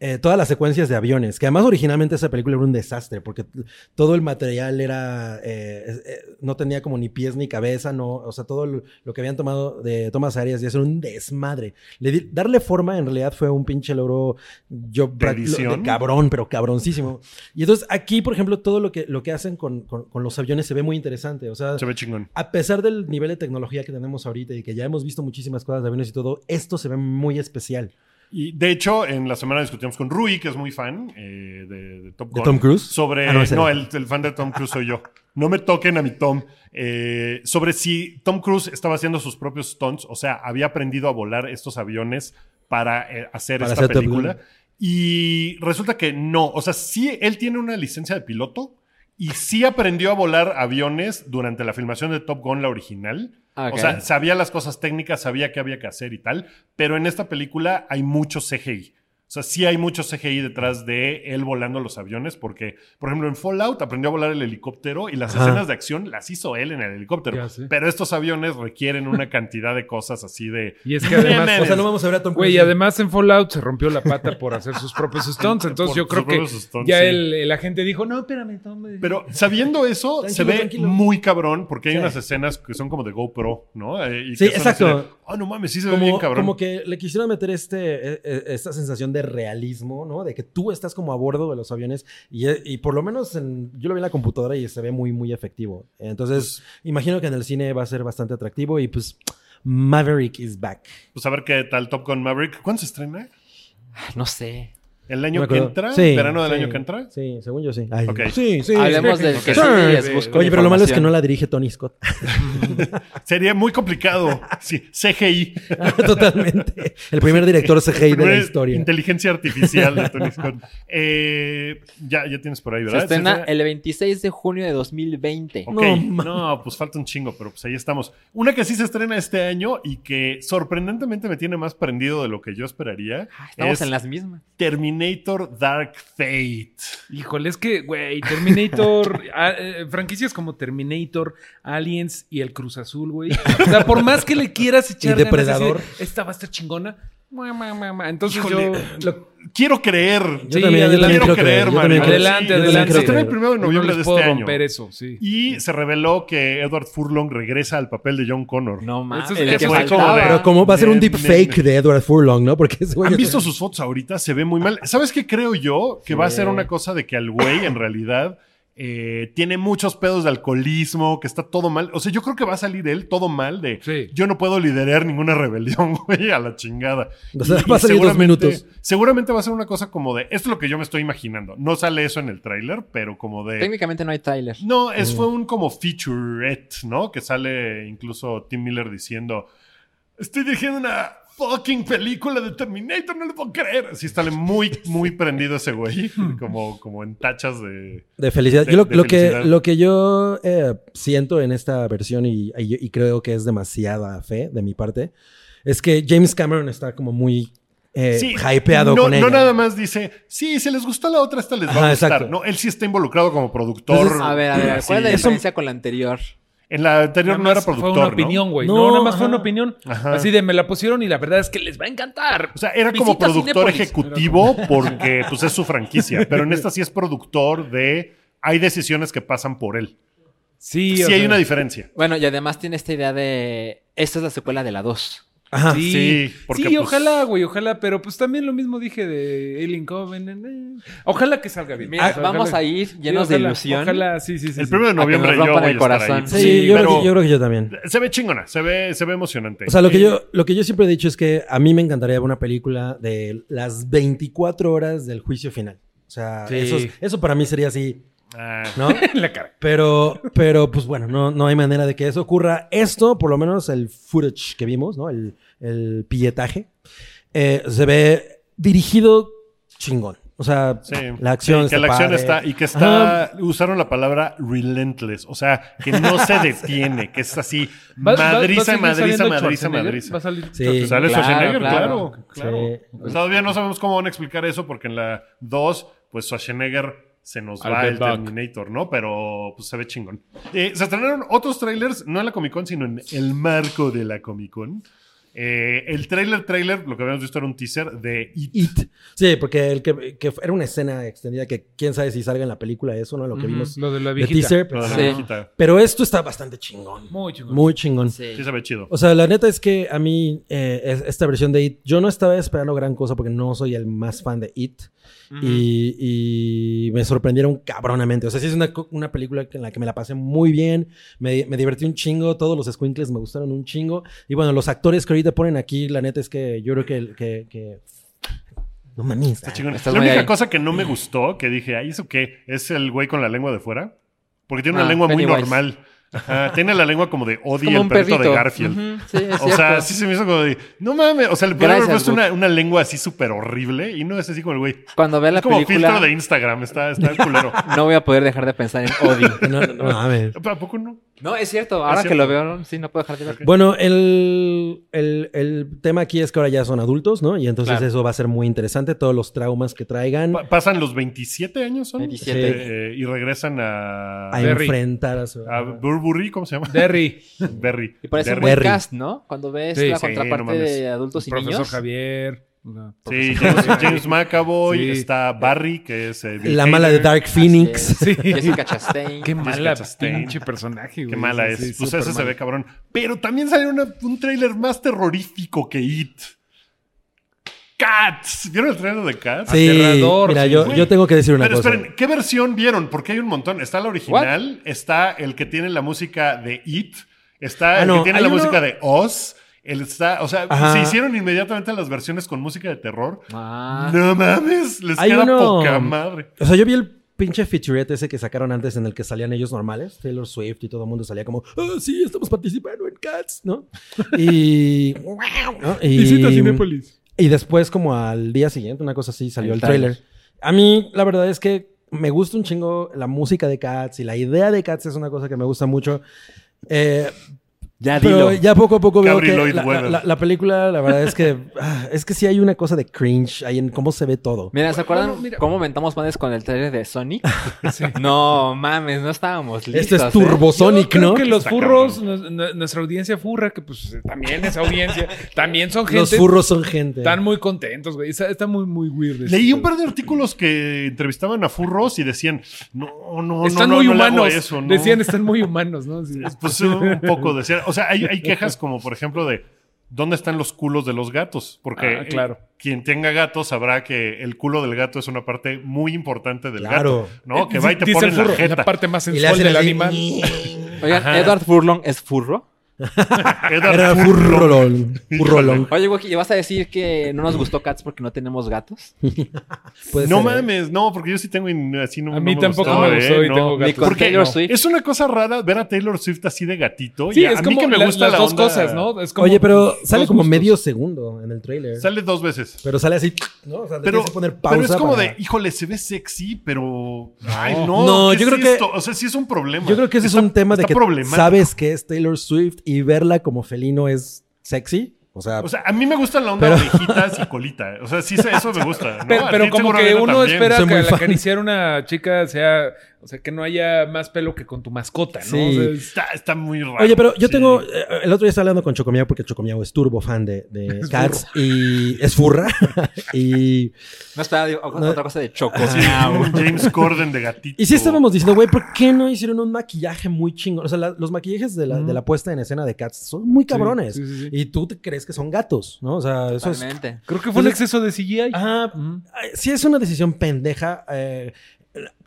Speaker 3: eh, todas las secuencias de aviones, que además originalmente esa película era un desastre, porque t- todo el material era, eh, es- eh, no tenía como ni pies ni cabeza, no, o sea, todo lo, lo que habían tomado de Thomas Arias ya era un desmadre. Le di- darle forma en realidad fue un pinche logro, yo, pra- lo-
Speaker 2: edición?
Speaker 3: cabrón, pero cabroncísimo. Y entonces aquí, por ejemplo, todo lo que, lo que hacen con, con- con los aviones se ve muy interesante, o sea,
Speaker 2: Se ve chingón.
Speaker 3: a pesar del nivel de tecnología que tenemos ahorita y que ya hemos visto muchísimas cosas de aviones y todo, esto se ve muy especial.
Speaker 2: Y de hecho, en la semana discutimos con Rui, que es muy fan eh, de, de Top
Speaker 3: ¿De
Speaker 2: Gun.
Speaker 3: Tom Cruise?
Speaker 2: Sobre.
Speaker 3: Ah, no,
Speaker 2: no,
Speaker 3: ese no.
Speaker 2: el, el fan de Tom Cruise soy yo. No me toquen a mi Tom. Eh, sobre si Tom Cruise estaba haciendo sus propios stunts, o sea, había aprendido a volar estos aviones para eh, hacer
Speaker 3: Para
Speaker 2: esta
Speaker 3: hacer Top Gun.
Speaker 2: película. Y resulta que no. O sea, sí, él tiene una licencia de piloto y sí aprendió a volar aviones durante la filmación de Top Gun, la original.
Speaker 5: Ok.
Speaker 2: O sea, sabía las cosas técnicas, sabía qué había que hacer y tal, pero en esta película hay mucho CGI. O sea, sí hay mucho CGI detrás de él volando los aviones, porque, por ejemplo, en Fallout aprendió a volar el helicóptero y las
Speaker 3: Ajá.
Speaker 2: escenas de acción las hizo él en el helicóptero. [laughs]
Speaker 4: Ya sé.
Speaker 2: Pero estos aviones requieren una cantidad de cosas así de...
Speaker 4: Y es que además,
Speaker 2: Bien,
Speaker 3: O sea, no vamos a ver a Tom Cruise.
Speaker 4: Güey, y además en Fallout se rompió la pata por hacer
Speaker 2: [laughs]
Speaker 4: sus propios stunts.
Speaker 2: Por
Speaker 4: Entonces yo creo
Speaker 2: sus
Speaker 4: que
Speaker 2: propios stunts,
Speaker 4: ya
Speaker 2: sí.
Speaker 4: el, el agente dijo, no, espérame, Tom.
Speaker 2: Pero sabiendo eso, se
Speaker 3: Tranquilo,
Speaker 2: ve
Speaker 3: tranquilo.
Speaker 2: muy cabrón, porque hay
Speaker 3: Sí.
Speaker 2: unas escenas que son como de GoPro, ¿no? Eh, y
Speaker 3: Sí,
Speaker 2: que son así
Speaker 3: exacto.
Speaker 2: de, Oh, no mames, sí se ve bien
Speaker 3: como,
Speaker 2: cabrón.
Speaker 3: como que le quisieron meter este, eh, eh, esta sensación de realismo, ¿no? De que tú estás como a bordo de los aviones y, eh, y por lo menos en- yo lo vi en la computadora y se ve muy, muy efectivo. Entonces, imagino que en el cine va a ser bastante atractivo y pues Maverick is back.
Speaker 2: Pues a ver qué tal Top Gun Maverick. ¿Cuándo se estrena?
Speaker 5: No sé.
Speaker 2: ¿El
Speaker 3: No
Speaker 2: año
Speaker 3: me
Speaker 2: que
Speaker 3: acuerdo.
Speaker 2: entra?
Speaker 3: Sí,
Speaker 2: ¿Verano del
Speaker 3: sí,
Speaker 2: año que entra?
Speaker 3: Sí, según yo sí. Ay,
Speaker 2: Ok.
Speaker 3: Sí, sí.
Speaker 5: Hablemos
Speaker 3: sí.
Speaker 5: del
Speaker 3: Ok.
Speaker 5: que
Speaker 3: Sí.
Speaker 5: sí les busco
Speaker 3: Oye, pero lo malo es que no
Speaker 5: información.
Speaker 3: la dirige Tony Scott. [laughs]
Speaker 2: Sería muy complicado. Sí, CGI.
Speaker 3: Totalmente. El primer director CGI de la
Speaker 2: Primera
Speaker 3: historia.
Speaker 2: Inteligencia artificial de
Speaker 3: [laughs]
Speaker 2: Tony Scott. Eh, ya, ya tienes por ahí,
Speaker 5: Se
Speaker 2: ¿verdad?
Speaker 5: estrena el 26 de junio de 2020.
Speaker 2: Ok.
Speaker 3: No,
Speaker 2: No,
Speaker 3: ma-
Speaker 2: pues falta un chingo, pero pues ahí estamos. Una que sí se estrena este año y que sorprendentemente me tiene más prendido de lo que yo esperaría
Speaker 5: Ah, Estamos
Speaker 2: es
Speaker 5: en las mismas.
Speaker 2: Terminator Dark Fate.
Speaker 4: Híjole, es que, güey, Terminator, [laughs] a- eh, franquicias como Terminator, Aliens y el Cruz Azul, güey. O sea, por más que
Speaker 2: [laughs]
Speaker 4: le quieras echar
Speaker 3: Y
Speaker 4: ganas, así de,
Speaker 3: Depredador.
Speaker 4: esta va a estar chingona. Mua, mua, mua, mua. Entonces
Speaker 2: Híjole, eh,
Speaker 4: yo...
Speaker 2: lo- quiero creer.
Speaker 3: Yo
Speaker 4: Sí,
Speaker 3: también, yo
Speaker 4: adelante.
Speaker 3: también
Speaker 2: Quiero
Speaker 3: quiero creer,
Speaker 2: creer,
Speaker 3: yo
Speaker 2: Mario.
Speaker 3: también creo-
Speaker 4: Adelante,
Speaker 3: yo también
Speaker 4: adelante.
Speaker 3: quiero
Speaker 2: Se estrena el
Speaker 3: creer.
Speaker 2: primero de noviembre
Speaker 4: no les
Speaker 2: de
Speaker 4: puedo
Speaker 2: este año.
Speaker 4: romper eso, sí.
Speaker 2: Y se reveló que Edward Furlong regresa al papel de John Connor.
Speaker 5: No más.
Speaker 4: Eso es-
Speaker 5: El que
Speaker 4: eso es
Speaker 2: como
Speaker 5: faltaba.
Speaker 2: de-
Speaker 3: Pero como va a ser un
Speaker 2: Bien,
Speaker 3: deep
Speaker 2: bien,
Speaker 3: fake de Edward Furlong, ¿no? Porque ese güey-
Speaker 2: ¿Han visto sus fotos ahorita? Se ve muy mal. ¿Sabes qué creo yo? Que va a ser una cosa de que al güey, en realidad, eh, tiene muchos pedos de alcoholismo, que está todo mal. O sea, yo creo que va a salir él todo mal de
Speaker 4: Sí.
Speaker 2: yo no puedo liderar ninguna rebelión, [laughs] güey, a la chingada.
Speaker 3: O sea, va a salir dos
Speaker 2: seguramente-
Speaker 3: minutos.
Speaker 2: Seguramente va a ser una cosa como de, esto es lo que yo me estoy imaginando. No sale eso en el tráiler, pero como de...
Speaker 5: Técnicamente no hay Tyler.
Speaker 2: No,
Speaker 3: Eh.
Speaker 2: es fue un como featurette, ¿no? Que sale incluso Tim Miller diciendo, estoy dirigiendo una fucking película de Terminator, no lo puedo creer. Sí, sale
Speaker 3: [laughs]
Speaker 2: muy, muy prendido ese güey, como, como en tachas de...
Speaker 3: De felicidad.
Speaker 2: De-
Speaker 3: yo lo,
Speaker 2: de
Speaker 3: lo que,
Speaker 2: felicidad.
Speaker 3: lo que yo eh, siento en esta versión y, y- y creo que es demasiada fe de mi parte es que James Cameron está como muy eh,
Speaker 2: Sí,
Speaker 3: hypeado
Speaker 2: no,
Speaker 3: con ella.
Speaker 2: No nada más dice, sí, si les gustó la otra, esta les va
Speaker 3: Ajá,
Speaker 2: a gustar.
Speaker 3: exacto.
Speaker 2: No, él sí está involucrado como productor.
Speaker 3: Entonces,
Speaker 5: A ver, a ver,
Speaker 2: así.
Speaker 5: ¿cuál es la
Speaker 3: Eso-
Speaker 5: diferencia con la anterior?
Speaker 2: En la anterior
Speaker 4: Nada
Speaker 2: no era
Speaker 4: más
Speaker 2: productor,
Speaker 4: Fue una
Speaker 2: ¿no?
Speaker 4: opinión, güey. No,
Speaker 3: No,
Speaker 4: nada más fue
Speaker 3: ajá.
Speaker 4: una opinión.
Speaker 2: Ajá.
Speaker 4: Así de me la pusieron y la verdad es que les va a encantar.
Speaker 2: O sea, era como
Speaker 4: Visita
Speaker 2: productor
Speaker 4: Cinépolis.
Speaker 2: ejecutivo porque pues es su franquicia, pero en esta sí es productor de hay decisiones que pasan por él.
Speaker 4: Sí,
Speaker 2: Sí
Speaker 4: o
Speaker 2: hay
Speaker 4: sea,
Speaker 2: una diferencia.
Speaker 5: Bueno, y además tiene esta idea de. Esta es la secuela de la 2.
Speaker 3: Ajá.
Speaker 4: Sí,
Speaker 2: Sí, porque,
Speaker 4: Sí,
Speaker 2: pues-
Speaker 4: ojalá, güey, ojalá, pero pues también lo mismo dije de Alien Covenant. eh. Ojalá que salga
Speaker 3: Ah,
Speaker 4: bien.
Speaker 5: Mira,
Speaker 4: O sea,
Speaker 5: Ah, vamos
Speaker 4: ojalá-
Speaker 5: a ir
Speaker 4: sí,
Speaker 5: llenos de
Speaker 4: ojalá,
Speaker 5: ilusión.
Speaker 4: Ojalá, sí, sí, sí.
Speaker 2: el
Speaker 4: sí.
Speaker 2: primero de noviembre
Speaker 5: A que
Speaker 2: yo
Speaker 5: nos rompan
Speaker 2: voy a
Speaker 5: el
Speaker 2: estar
Speaker 5: corazón.
Speaker 2: ahí.
Speaker 3: Sí,
Speaker 4: Sí,
Speaker 3: yo, creo
Speaker 2: pero-
Speaker 3: que, yo creo que yo también.
Speaker 2: Se ve chingona, se ve, se ve emocionante.
Speaker 3: O sea, lo que,
Speaker 2: Eh,
Speaker 3: yo, lo que yo siempre he dicho es que a mí me encantaría ver una película de las 24 horas del juicio final. O sea,
Speaker 4: Sí.
Speaker 3: eso, es- eso para mí sería así,
Speaker 2: ah,
Speaker 3: ¿no?
Speaker 4: [laughs]
Speaker 3: [laughs]
Speaker 4: En la cara.
Speaker 3: Pero, pero pues bueno, no, no hay manera de que eso ocurra. Esto, por lo menos el footage que vimos, ¿no? El, el pilletaje, eh, se ve dirigido chingón. O sea,
Speaker 2: sí.
Speaker 3: la acción
Speaker 2: Sí,
Speaker 3: está
Speaker 2: que la acción
Speaker 3: padre.
Speaker 2: está y que está usaron la palabra relentless, o sea, que no se detiene, que es así
Speaker 4: ¿Va- va- va a
Speaker 2: madriza,
Speaker 4: seguir
Speaker 2: madriza,
Speaker 4: saliendo
Speaker 2: madriza,
Speaker 4: Schwarzenegger?
Speaker 2: madriza.
Speaker 4: ¿Va a salir?
Speaker 3: Sí.
Speaker 4: Schwarzenegger?
Speaker 2: Sale
Speaker 5: Claro,
Speaker 2: Schwarzenegger,
Speaker 5: claro.
Speaker 2: claro.
Speaker 4: Claro.
Speaker 3: Sí.
Speaker 2: Todavía no sabemos cómo van a explicar eso porque en la 2, pues Schwarzenegger se nos
Speaker 4: I'll
Speaker 2: va
Speaker 4: be
Speaker 2: el
Speaker 4: back.
Speaker 2: Terminator, ¿no? Pero pues se ve chingón. Eh, se estrenaron otros trailers, no en la Comic Con, sino en el marco de la Comic Con. Eh, el trailer, trailer, lo que habíamos visto era un teaser de It.
Speaker 3: It. Sí, porque el que, que era una escena extendida que quién sabe si salga en la película eso, ¿no? Lo que
Speaker 4: Ujú,
Speaker 3: vimos
Speaker 4: Lo de la
Speaker 3: de
Speaker 4: viejita.
Speaker 3: teaser.
Speaker 2: Lo de la
Speaker 5: Sí.
Speaker 2: viejita.
Speaker 3: Pero esto está bastante chingón.
Speaker 4: Muy chingón.
Speaker 3: Muy chingón.
Speaker 5: Sí.
Speaker 2: Sí se ve chido.
Speaker 3: O sea, la neta es que a mí eh, es- esta versión de It, yo no estaba esperando gran cosa porque no soy el más fan de It. y, y me sorprendieron cabronamente. O sea, sí es una, co- una película en la que me la pasé muy bien. Me, me divertí un chingo. Todos los squinkles me gustaron un chingo. Y bueno, los actores que ahorita ponen aquí, la neta es que yo creo que... que, que- No mames.
Speaker 2: Está chingón.
Speaker 5: Estás
Speaker 2: La
Speaker 5: muy
Speaker 2: única
Speaker 5: ahí.
Speaker 2: cosa que no me gustó, que dije, ay, ¿eso qué? ¿Es el güey con la lengua de fuera? Porque tiene una
Speaker 5: Ah,
Speaker 2: lengua muy
Speaker 5: Pennywise.
Speaker 2: normal. Ajá, tiene la lengua como de Odie,
Speaker 5: Como
Speaker 2: el
Speaker 5: un
Speaker 2: perrito,
Speaker 5: perrito.
Speaker 2: de Garfield.
Speaker 5: Ujú, sí, es
Speaker 2: O sea,
Speaker 5: cierto.
Speaker 2: sí se me hizo como de, no mames, o sea, le pudieron haber
Speaker 5: Gracias,
Speaker 2: puesto
Speaker 5: Ruth.
Speaker 2: una, una lengua así súper horrible y no es así como el güey.
Speaker 5: Cuando vea
Speaker 2: Es
Speaker 5: la
Speaker 2: como
Speaker 5: película,
Speaker 2: filtro de Instagram, está, está culero. [laughs]
Speaker 5: no voy a poder dejar de pensar en Odie.
Speaker 3: No, no, no mames.
Speaker 2: ¿A poco no?
Speaker 5: No, es cierto. Ahora que
Speaker 2: cierto.
Speaker 5: lo veo, sí, no puedo dejar de ver.
Speaker 3: Bueno, el, el- el tema aquí es que ahora ya son adultos, ¿no? Y entonces
Speaker 5: Claro.
Speaker 3: eso va a ser muy interesante. Todos los traumas que traigan
Speaker 2: Pa- pasan los 27 años, ¿son?
Speaker 5: 27.
Speaker 2: Eh, y regresan a,
Speaker 3: a
Speaker 4: Berry.
Speaker 3: enfrentar a su...
Speaker 2: a Burbury, ¿cómo se llama? [laughs]
Speaker 4: Derry.
Speaker 2: Berry.
Speaker 5: Y parece un
Speaker 2: Berry.
Speaker 5: buen
Speaker 3: Derry.
Speaker 5: cast, ¿no? Cuando ves
Speaker 4: Sí,
Speaker 5: la
Speaker 4: sí,
Speaker 2: no
Speaker 5: contraparte
Speaker 2: mames.
Speaker 5: de adultos y
Speaker 4: profesor
Speaker 5: niños.
Speaker 4: Javier. no,
Speaker 2: Sí,
Speaker 4: profesor
Speaker 2: James,
Speaker 4: Javier.
Speaker 2: James McAvoy,
Speaker 4: Sí.
Speaker 2: está Barry, que es eh, Bill
Speaker 3: La mala de
Speaker 2: Hader.
Speaker 3: Dark Phoenix.
Speaker 5: Así
Speaker 4: [laughs]
Speaker 5: es.
Speaker 4: Sí. [laughs]
Speaker 5: Jessica Chastain.
Speaker 4: Qué mala
Speaker 2: Chastain.
Speaker 4: pinche personaje, güey.
Speaker 2: Qué mala
Speaker 4: Sí,
Speaker 2: es.
Speaker 4: sí,
Speaker 2: pues
Speaker 4: súper
Speaker 2: ese se
Speaker 4: mala.
Speaker 2: ve cabrón. Pero también salió una- un tráiler más terrorífico que It. Cats. ¿Vieron el tráiler de Cats?
Speaker 3: Sí,
Speaker 4: Aterrador,
Speaker 3: mira,
Speaker 4: sí,
Speaker 3: yo,
Speaker 2: güey.
Speaker 3: yo tengo que decir una
Speaker 2: Pero
Speaker 3: cosa.
Speaker 2: esperen, ¿qué versión vieron? Porque hay un montón. Está la original, está el que tiene la música de It, está
Speaker 3: Ah,
Speaker 2: el
Speaker 3: no,
Speaker 2: que tiene
Speaker 3: hay
Speaker 2: la
Speaker 3: uno-
Speaker 2: música de Oz. El está, o sea,
Speaker 3: Ajá.
Speaker 2: se hicieron inmediatamente las versiones con música de terror.
Speaker 5: Ah.
Speaker 2: No mames, les
Speaker 3: Hay
Speaker 2: queda
Speaker 3: uno-
Speaker 2: poca madre.
Speaker 3: O sea, yo vi el pinche featurette ese que sacaron antes en el que salían ellos normales, Taylor Swift y todo el mundo salía como, ah, sí, estamos participando en Cats, ¿no? Y... [laughs] ¿no?
Speaker 4: Visita
Speaker 3: y,
Speaker 4: Cinépolis.
Speaker 3: y después como al día siguiente, una cosa así, salió
Speaker 5: El
Speaker 3: el tráiler. A mí, la verdad es que me gusta un chingo la música de Cats y la idea de Cats es una cosa que me gusta mucho. Eh,
Speaker 5: Ya
Speaker 3: pero
Speaker 5: dilo.
Speaker 3: ya poco a poco veo
Speaker 2: Gabri
Speaker 3: que
Speaker 2: Lloyd
Speaker 3: la,
Speaker 2: Webber.
Speaker 3: la- la película, la verdad es que... [laughs] ah, es que sí hay una cosa de cringe ahí en cómo se ve todo.
Speaker 5: Mira, ¿se acuerdan
Speaker 4: Bueno, mira.
Speaker 5: cómo mentamos madres con el trailer de Sonic?
Speaker 4: Sí.
Speaker 5: No, mames, no estábamos listos.
Speaker 3: Esto Este es
Speaker 5: ¿eh?
Speaker 3: Turbo
Speaker 4: Yo
Speaker 3: Sonic,
Speaker 4: creo
Speaker 3: ¿no?
Speaker 4: que los
Speaker 2: Está
Speaker 4: furros, nu- nu- nuestra audiencia furra, que pues también
Speaker 3: [laughs]
Speaker 4: es audiencia, también son gente.
Speaker 3: Los furros son gente.
Speaker 4: Están muy contentos, güey. Está, está muy, muy weird. este
Speaker 2: Leí un
Speaker 4: pedo.
Speaker 2: par de artículos que entrevistaban a furros y decían, no, no,
Speaker 4: Están
Speaker 2: no, no,
Speaker 4: muy
Speaker 2: no le hago
Speaker 4: humanos.
Speaker 2: eso, no.
Speaker 4: Decían, están muy humanos, ¿no? Sí.
Speaker 2: Pues un
Speaker 3: [laughs]
Speaker 2: poco decían, o sea, hay, hay quejas como por ejemplo de dónde están los culos de los gatos, porque
Speaker 4: Ah, claro.
Speaker 2: eh, quien tenga gatos sabrá que el culo del gato es una parte muy importante del
Speaker 3: Claro.
Speaker 2: gato, ¿no? Que
Speaker 4: Eh,
Speaker 2: va y te
Speaker 4: dice el
Speaker 2: ponen la
Speaker 4: furro,
Speaker 2: jeta. [laughs]
Speaker 4: parte más
Speaker 3: Y le
Speaker 4: sensual
Speaker 3: hacen
Speaker 4: del
Speaker 3: así,
Speaker 4: animal. [laughs]
Speaker 5: Oigan, Edward Furlong es furro.
Speaker 2: Edward
Speaker 3: Era
Speaker 2: Furlong.
Speaker 3: furrolón.
Speaker 4: [laughs]
Speaker 3: Furrolón.
Speaker 5: Oye, Wookie, ¿y vas a decir que no nos gustó Cats porque no tenemos gatos?
Speaker 3: Puede
Speaker 2: No
Speaker 3: ser, ¿eh?
Speaker 2: mames, no, porque yo sí tengo in- así no
Speaker 4: A mí
Speaker 2: no me
Speaker 4: tampoco
Speaker 2: gustó,
Speaker 4: me gustó
Speaker 2: eh,
Speaker 4: y
Speaker 2: no.
Speaker 4: tengo
Speaker 5: Ni
Speaker 4: gatos.
Speaker 5: con
Speaker 2: ¿Por qué?
Speaker 5: Taylor
Speaker 2: No.
Speaker 5: Swift.
Speaker 2: Es una cosa rara ver a Taylor Swift así de gatito.
Speaker 4: Sí,
Speaker 2: y a
Speaker 4: es
Speaker 2: a mí
Speaker 4: como
Speaker 2: que me
Speaker 4: la-
Speaker 2: gusta
Speaker 4: las
Speaker 2: la
Speaker 4: dos
Speaker 2: onda-
Speaker 4: cosas, ¿no? Es como
Speaker 3: Oye, pero
Speaker 4: tus-
Speaker 3: sale
Speaker 4: dos
Speaker 3: como
Speaker 4: gustos.
Speaker 3: medio segundo en el trailer.
Speaker 2: Sale dos veces.
Speaker 3: Pero sale así, ¿no? O sea, te
Speaker 2: pero,
Speaker 3: tienes que poner pausa.
Speaker 2: pero es como
Speaker 3: para-
Speaker 2: de, híjole, se ve sexy, pero. Ay, no.
Speaker 3: No,
Speaker 2: ¿qué
Speaker 3: yo
Speaker 2: es
Speaker 3: creo que-
Speaker 2: esto? O sea, sí es un problema.
Speaker 3: Yo creo que ese es
Speaker 2: Está-
Speaker 3: un tema de
Speaker 2: está
Speaker 3: que
Speaker 2: problemático.
Speaker 3: sabes que es Taylor Swift y verla como felino es sexy. O sea,
Speaker 2: O sea, a mí me gusta la onda de
Speaker 3: Pero-
Speaker 2: orejitas y colita. O sea, sí, se- eso me gusta. ¿no?
Speaker 4: Pero,
Speaker 2: A
Speaker 4: pero
Speaker 2: ti
Speaker 4: como que
Speaker 2: seguramente
Speaker 4: uno
Speaker 2: también.
Speaker 4: espera
Speaker 3: Soy
Speaker 4: que
Speaker 3: muy
Speaker 4: al
Speaker 3: fan.
Speaker 4: acariciar una chica sea, o sea, que no haya más pelo que con tu mascota, ¿no?
Speaker 3: Sí.
Speaker 4: O sea, es-
Speaker 2: Está, está muy raro.
Speaker 3: Oye, pero yo
Speaker 2: sí.
Speaker 3: tengo. eh, El otro día estaba hablando con Chocomiao porque Chocomiao es turbo fan de,
Speaker 2: [laughs]
Speaker 3: de Cats y es furra. [laughs] y,
Speaker 5: No esperaba digo,
Speaker 3: No.
Speaker 5: otra cosa de Choco.
Speaker 2: Sí, un James Corden de gatito.
Speaker 3: y sí estábamos diciendo, güey, ¿por qué no hicieron un maquillaje muy chingón? O sea, la- los maquillajes de la, de la puesta en escena de Cats son muy cabrones.
Speaker 4: sí, sí, sí.
Speaker 3: Y tú te crees que son gatos, ¿no? O sea, eso es
Speaker 5: Totalmente.
Speaker 4: Creo que fue un exceso de CGI.
Speaker 3: Ajá.
Speaker 4: Ujú.
Speaker 3: Ay, Sí, es una decisión pendeja. eh,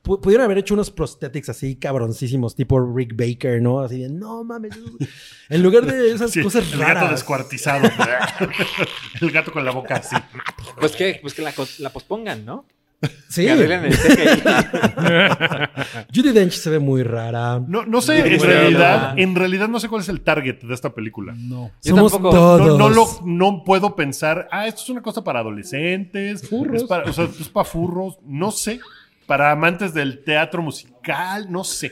Speaker 3: pu- pudieron haber hecho unos prosthetics así cabroncísimos, tipo Rick Baker, ¿no? Así de, no mames. eso- En lugar de esas
Speaker 2: [laughs] Sí,
Speaker 3: cosas
Speaker 2: el gato
Speaker 3: raras.
Speaker 2: descuartizado. [laughs] el gato con la boca así.
Speaker 5: Pues que, pues que la, cos- la pospongan, ¿no?
Speaker 3: Sí.
Speaker 5: Que arreglen el CGI.
Speaker 3: Judy Dench se ve muy rara.
Speaker 2: No, no sé, en
Speaker 5: Bueno.
Speaker 2: realidad, en realidad no sé cuál es el target de esta película.
Speaker 4: No.
Speaker 5: Yo
Speaker 3: Somos
Speaker 5: tampoco-
Speaker 2: No,
Speaker 3: todos.
Speaker 2: no, lo, no puedo pensar, ah, esto es una cosa para adolescentes,
Speaker 4: Furros.
Speaker 2: Es para, o sea, es para furros, no sé, para amantes del teatro musical, no sé.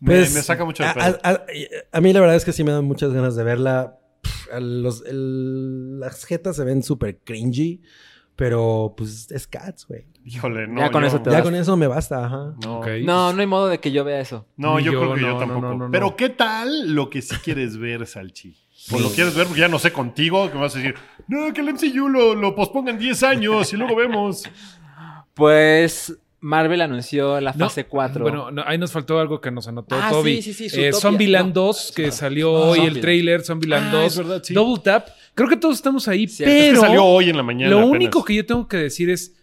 Speaker 2: Me,
Speaker 3: Pues,
Speaker 2: me saca mucho de
Speaker 3: a,
Speaker 2: pedo.
Speaker 3: a- a- a mí la verdad es que sí me dan muchas ganas de verla. Pff, a los- el- las jetas se ven súper cringy, pero pues es Cats, güey.
Speaker 2: Híjole, no.
Speaker 5: Ya con
Speaker 2: yo-
Speaker 5: eso te
Speaker 3: Ya
Speaker 5: das-
Speaker 3: con eso me basta, ajá.
Speaker 2: No,
Speaker 4: Ok.
Speaker 5: No, no hay modo de que yo vea eso.
Speaker 2: No,
Speaker 4: Ni
Speaker 2: yo,
Speaker 4: yo,
Speaker 2: creo que
Speaker 4: no,
Speaker 2: yo
Speaker 4: no,
Speaker 2: tampoco.
Speaker 4: no, no, no.
Speaker 2: [laughs] Pero ¿qué tal lo que sí quieres ver, Salchi? Pues lo quieres ver porque ya no sé contigo, que me vas a decir, no, que el MCU lo, lo pospongan 10 años y luego
Speaker 4: [laughs]
Speaker 2: vemos.
Speaker 5: Pues Marvel anunció la fase 4.
Speaker 4: Bueno, no, ahí nos faltó algo que nos anotó
Speaker 5: Ah,
Speaker 4: Toby.
Speaker 5: sí, sí, sí,
Speaker 4: Eh,
Speaker 5: Zootopia.
Speaker 4: Zombieland
Speaker 5: No.
Speaker 4: 2, que salió hoy el
Speaker 5: Zombieland.
Speaker 4: trailer, Zombieland
Speaker 2: Ah,
Speaker 4: 2.
Speaker 2: es verdad, sí.
Speaker 4: Double Tap. Creo que todos estamos ahí,
Speaker 5: Cierto.
Speaker 2: Es que
Speaker 4: pero
Speaker 2: salió hoy en la mañana.
Speaker 4: lo
Speaker 2: apenas.
Speaker 4: único que yo tengo que decir es,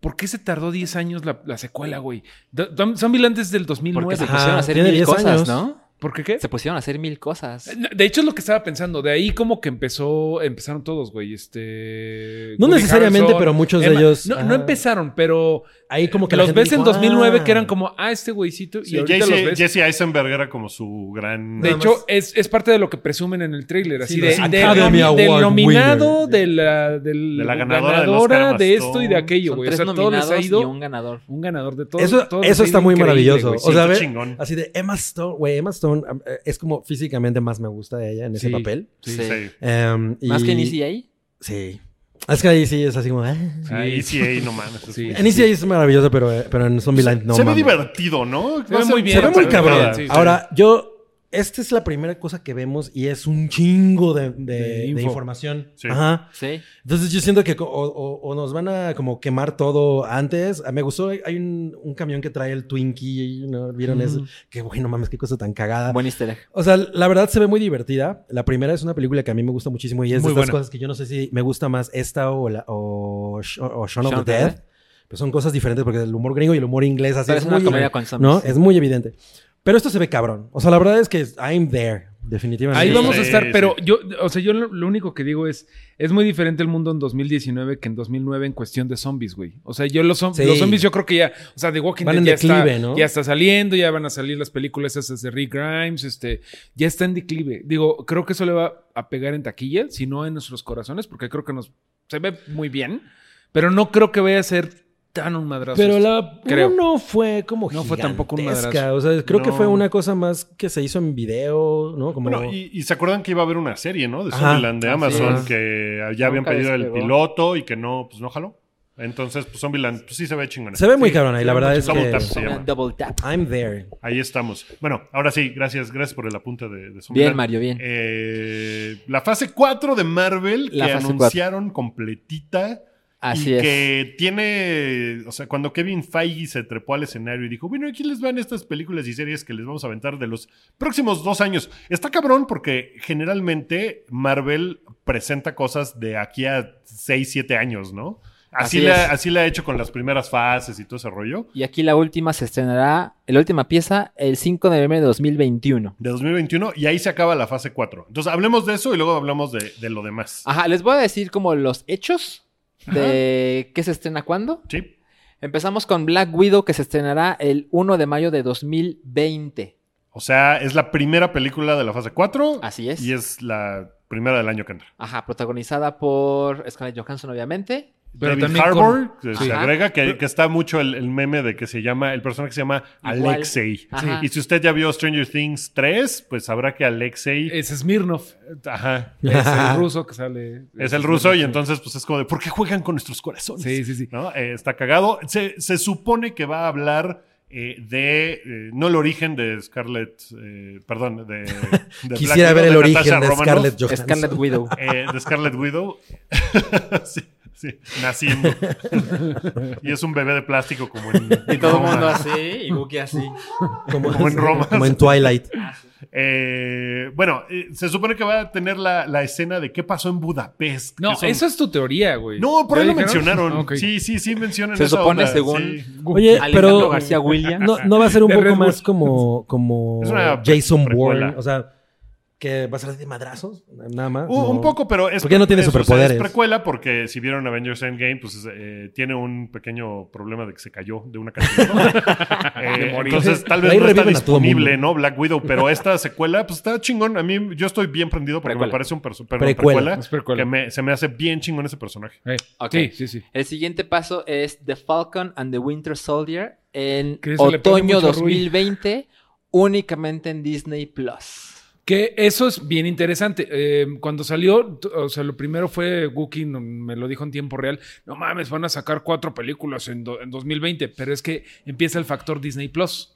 Speaker 4: ¿por qué se tardó 10 años la, la secuela, güey? Do- Dom- Zombieland es del
Speaker 5: porque
Speaker 4: 2009.
Speaker 5: se
Speaker 3: Ajá,
Speaker 5: pusieron a hacer
Speaker 3: tiene
Speaker 5: mil
Speaker 3: 10
Speaker 5: cosas,
Speaker 3: años.
Speaker 5: ¿no?
Speaker 4: ¿Por qué qué?
Speaker 5: Se pusieron a hacer mil cosas.
Speaker 4: Eh, De hecho es lo que estaba pensando. De ahí como que empezó, empezaron todos, güey. Este,
Speaker 3: No
Speaker 4: Woody
Speaker 3: necesariamente, pero muchos de ellos,
Speaker 4: No, no
Speaker 3: ajá.
Speaker 4: empezaron, pero
Speaker 3: Ahí como que Eh, la
Speaker 4: los
Speaker 3: gente
Speaker 4: ves en
Speaker 3: dijo,
Speaker 4: 2009
Speaker 3: "Ah".
Speaker 4: que eran como, ah, este güeycito. Y
Speaker 2: Sí,
Speaker 4: ahorita los
Speaker 2: Jesse,
Speaker 4: ves.
Speaker 2: Jesse Eisenberg era como su gran.
Speaker 4: De
Speaker 3: Nada
Speaker 4: hecho,
Speaker 3: más.
Speaker 4: es, es parte de lo que presumen en el tráiler. Así
Speaker 3: Sí,
Speaker 4: de,
Speaker 3: los
Speaker 4: de-
Speaker 3: Academy
Speaker 4: del
Speaker 3: Award
Speaker 4: nominado,
Speaker 3: winner.
Speaker 4: de la, del-
Speaker 2: De la ganadora del
Speaker 4: ganadora
Speaker 2: Oscar
Speaker 4: de
Speaker 2: Bastón.
Speaker 4: esto y de aquello,
Speaker 5: Son
Speaker 4: güey. O
Speaker 5: tres
Speaker 4: sea, todo les
Speaker 5: nominados
Speaker 4: ha
Speaker 5: y
Speaker 4: ido un...
Speaker 5: un ganador.
Speaker 4: ganador de todo.
Speaker 3: Eso,
Speaker 4: todo les
Speaker 3: eso
Speaker 4: ha
Speaker 3: está
Speaker 4: ido
Speaker 3: muy
Speaker 4: increíble,
Speaker 3: maravilloso.
Speaker 4: güey.
Speaker 3: o
Speaker 4: Sí.
Speaker 3: sea,
Speaker 2: qué
Speaker 3: a ver,
Speaker 2: chingón.
Speaker 4: ah,
Speaker 3: así de Emma Stone, güey, Emma Stone eh, es como físicamente más me gusta de ella en ese
Speaker 4: Sí.
Speaker 3: papel.
Speaker 5: Sí.
Speaker 2: Sí.
Speaker 3: Em, y-
Speaker 5: Más que en ECA.
Speaker 3: Sí. Es que ahí sí es así como. ah.
Speaker 2: Ah,
Speaker 4: Sí.
Speaker 2: ECA, no mames.
Speaker 4: Sí.
Speaker 3: En ECA es maravilloso, pero, eh, pero en Zombieland no.
Speaker 2: se ve
Speaker 3: mames.
Speaker 2: divertido, ¿no?
Speaker 4: Se
Speaker 2: Va
Speaker 4: ve
Speaker 2: a ser-
Speaker 4: muy bien.
Speaker 3: Se ve muy
Speaker 4: Sí,
Speaker 3: cabrón.
Speaker 4: sí, sí.
Speaker 3: Ahora, yo. Esta es la primera cosa que vemos y es un chingo de, de- de
Speaker 4: info.
Speaker 3: información.
Speaker 2: Sí.
Speaker 3: Ajá.
Speaker 5: Sí.
Speaker 3: Entonces yo siento que co- o, o- o nos van a como quemar todo antes. Ah, Me gustó, hay un, un camión que trae el Twinkie, ¿no? ¿Vieron eso? Que bueno, mames, qué cosa tan cagada.
Speaker 5: Buen easter egg.
Speaker 3: O sea, la verdad se ve muy divertida. La primera es una película que a mí me gusta muchísimo y es
Speaker 4: Muy
Speaker 3: de estas
Speaker 4: buena.
Speaker 3: cosas que yo no sé si me gusta más esta o, la, o, Sh- o Shaun of
Speaker 5: Shaun
Speaker 3: the
Speaker 5: of the
Speaker 3: Dead. Pero son cosas diferentes porque el humor gringo y el humor inglés así
Speaker 5: Pero es una
Speaker 3: muy-
Speaker 5: comedia con zombies.
Speaker 3: ¿no? Es muy evidente. Pero esto se ve cabrón. O sea, la verdad es que es- I'm there, definitivamente.
Speaker 4: Ahí
Speaker 2: Sí.
Speaker 4: vamos
Speaker 2: Sí,
Speaker 4: a estar,
Speaker 2: sí.
Speaker 4: pero yo, o sea, yo lo, lo único que digo es, es muy diferente el mundo en 2019 que en 2009 en cuestión de zombies, güey. O sea, yo los, zom-
Speaker 3: Sí.
Speaker 4: los zombies yo creo que ya, o sea, de Walking
Speaker 3: Van
Speaker 4: Dead
Speaker 3: en
Speaker 4: ya,
Speaker 3: declive,
Speaker 4: está,
Speaker 3: ¿no?
Speaker 4: ya está saliendo, ya van a salir las películas esas de Rick Grimes, este, ya está en declive. Digo, creo que eso le va a pegar en taquilla, si no en nuestros corazones, porque creo que nos se ve muy bien, pero no creo que vaya a ser tan un madrazo.
Speaker 3: Pero
Speaker 4: esto.
Speaker 3: la
Speaker 4: creo.
Speaker 3: uno no fue como
Speaker 4: No fue tampoco un
Speaker 3: gigantesca.
Speaker 4: madrazo.
Speaker 3: O sea, creo que
Speaker 2: No.
Speaker 3: fue una cosa más que se hizo en video, ¿no? Como...
Speaker 2: Bueno, y, y se acuerdan que iba a haber una serie, ¿no? De
Speaker 3: Ajá.
Speaker 2: Zombieland de
Speaker 5: Así
Speaker 2: Amazon,
Speaker 5: es.
Speaker 2: que ya habían
Speaker 5: Nunca
Speaker 2: pedido el
Speaker 5: despegó.
Speaker 2: piloto y que no, pues no jaló. Entonces, pues Zombieland pues, sí se ve chingona.
Speaker 3: Se ve muy cabrón ahí, la verdad es
Speaker 2: Double tap
Speaker 3: que...
Speaker 2: se llama.
Speaker 5: Double tap.
Speaker 3: I'm there.
Speaker 2: Ahí estamos. Bueno, ahora sí, gracias, gracias por el apunte de, de Zombieland.
Speaker 5: Bien, Mario, bien.
Speaker 2: Eh, la fase 4 de Marvel
Speaker 5: La
Speaker 2: que
Speaker 5: fase
Speaker 2: anunciaron completita.
Speaker 5: Así
Speaker 2: y
Speaker 5: es.
Speaker 2: que tiene, o sea, cuando Kevin Feige se trepó al escenario y dijo, bueno, aquí les van estas películas y series que les vamos a aventar de los próximos dos años. Está cabrón porque generalmente Marvel presenta cosas de aquí a 6, 7 años, ¿no? Así,
Speaker 5: Así
Speaker 2: la,
Speaker 5: es.
Speaker 2: así la ha hecho con las primeras fases y todo ese rollo.
Speaker 5: Y aquí la última se estrenará, la última pieza, el 5 de noviembre de 2021.
Speaker 2: De 2021 y ahí se acaba la fase 4. Entonces hablemos de eso y luego hablamos de, de lo demás.
Speaker 5: Ajá, les voy a decir como los hechos de qué se estrena cuándo.
Speaker 2: ¿Sí?
Speaker 5: Empezamos con Black Widow que se estrenará el 1 de mayo de 2020.
Speaker 2: O sea, es la primera película de la fase 4
Speaker 5: Así es.
Speaker 2: y es la primera del año que entra.
Speaker 5: Ajá, protagonizada por Scarlett Johansson, obviamente.
Speaker 4: Pero
Speaker 2: David
Speaker 4: también
Speaker 2: Harbour
Speaker 4: con-
Speaker 2: que
Speaker 5: Ajá.
Speaker 2: se agrega que, que está mucho el, el meme de que se llama, el personaje se llama
Speaker 5: Igual.
Speaker 2: Alexei.
Speaker 5: Ajá.
Speaker 2: Y si usted ya vio Stranger Things 3, pues sabrá que Alexei
Speaker 4: Es Smirnov,
Speaker 2: ajá,
Speaker 4: es
Speaker 3: [laughs]
Speaker 4: el ruso que sale.
Speaker 2: es el ruso y
Speaker 4: Smirnov.
Speaker 2: entonces pues es como de, ¿por qué juegan con nuestros corazones?
Speaker 4: Sí, sí, sí.
Speaker 2: ¿no? Eh, está cagado. Se, se supone que va a hablar eh, de, eh, no el origen de Scarlett, eh, perdón, de... de Black
Speaker 3: [laughs] Quisiera
Speaker 2: Widow,
Speaker 3: ver el
Speaker 2: de
Speaker 3: origen
Speaker 2: Natasha
Speaker 3: de
Speaker 2: Romanoff,
Speaker 3: Scarlett Johansson.
Speaker 5: Scarlett [laughs] Widow.
Speaker 2: eh, de Scarlett Widow. [laughs] sí, sí, naciendo. y es un bebé de plástico como en...
Speaker 5: Y todo el
Speaker 2: Roma.
Speaker 5: mundo así, y Buki así.
Speaker 3: Como,
Speaker 2: Como en Roma.
Speaker 3: Como en Twilight.
Speaker 2: Eh, bueno, eh, se supone que va a tener la, la escena de qué pasó en Budapest.
Speaker 4: No,
Speaker 2: que son-
Speaker 4: eso es tu teoría, güey.
Speaker 2: No, por
Speaker 4: ¿Ya
Speaker 2: ahí lo
Speaker 4: dijeron?
Speaker 2: mencionaron.
Speaker 4: Ah, ok.
Speaker 2: Sí, sí, sí mencionan
Speaker 5: Se
Speaker 2: esa
Speaker 5: supone
Speaker 2: onda,
Speaker 5: según-
Speaker 2: sí.
Speaker 3: Oye,
Speaker 5: Alejandro
Speaker 3: pero
Speaker 5: García William.
Speaker 3: no, no va a ser un
Speaker 4: De Red
Speaker 3: poco
Speaker 4: Bull.
Speaker 3: más como, como
Speaker 2: Es una
Speaker 3: Jason
Speaker 2: precuela.
Speaker 3: Bourne. O sea, que va a ser de madrazos, nada más.
Speaker 2: Uh, Un,
Speaker 3: no.
Speaker 2: un poco, pero es.
Speaker 3: Porque ya no tiene
Speaker 2: es- o sea,
Speaker 3: superpoderes.
Speaker 2: es precuela porque si vieron Avengers Endgame, pues eh, tiene un pequeño problema de que se cayó de una
Speaker 5: [laughs]
Speaker 2: cantina. Eh,
Speaker 4: [laughs]
Speaker 2: entonces, tal vez
Speaker 3: Ahí
Speaker 2: no está
Speaker 3: reviven a todo
Speaker 2: disponible,
Speaker 3: mundo.
Speaker 2: ¿no? Black Widow, pero esta secuela, pues está chingón. A mí, yo estoy bien prendido porque me
Speaker 5: Precuela.
Speaker 2: parece un perso- perdón,
Speaker 3: Precuela.
Speaker 2: precuela.
Speaker 4: Es precuela.
Speaker 2: Que me- se me hace bien chingón ese personaje.
Speaker 4: Eh,
Speaker 5: Ok.
Speaker 4: pues, Sí, sí, sí.
Speaker 5: El siguiente paso es The Falcon and the Winter Soldier en
Speaker 4: Que eso le pone
Speaker 5: otoño
Speaker 4: mucho
Speaker 5: 2020, únicamente en Disney Plus.
Speaker 4: Que eso es bien interesante. Eh, cuando salió, t- o sea, lo primero fue Wookie, no- me lo dijo en tiempo real. No mames, van a sacar cuatro películas en, do- en 2020, pero es que empieza el factor Disney Plus.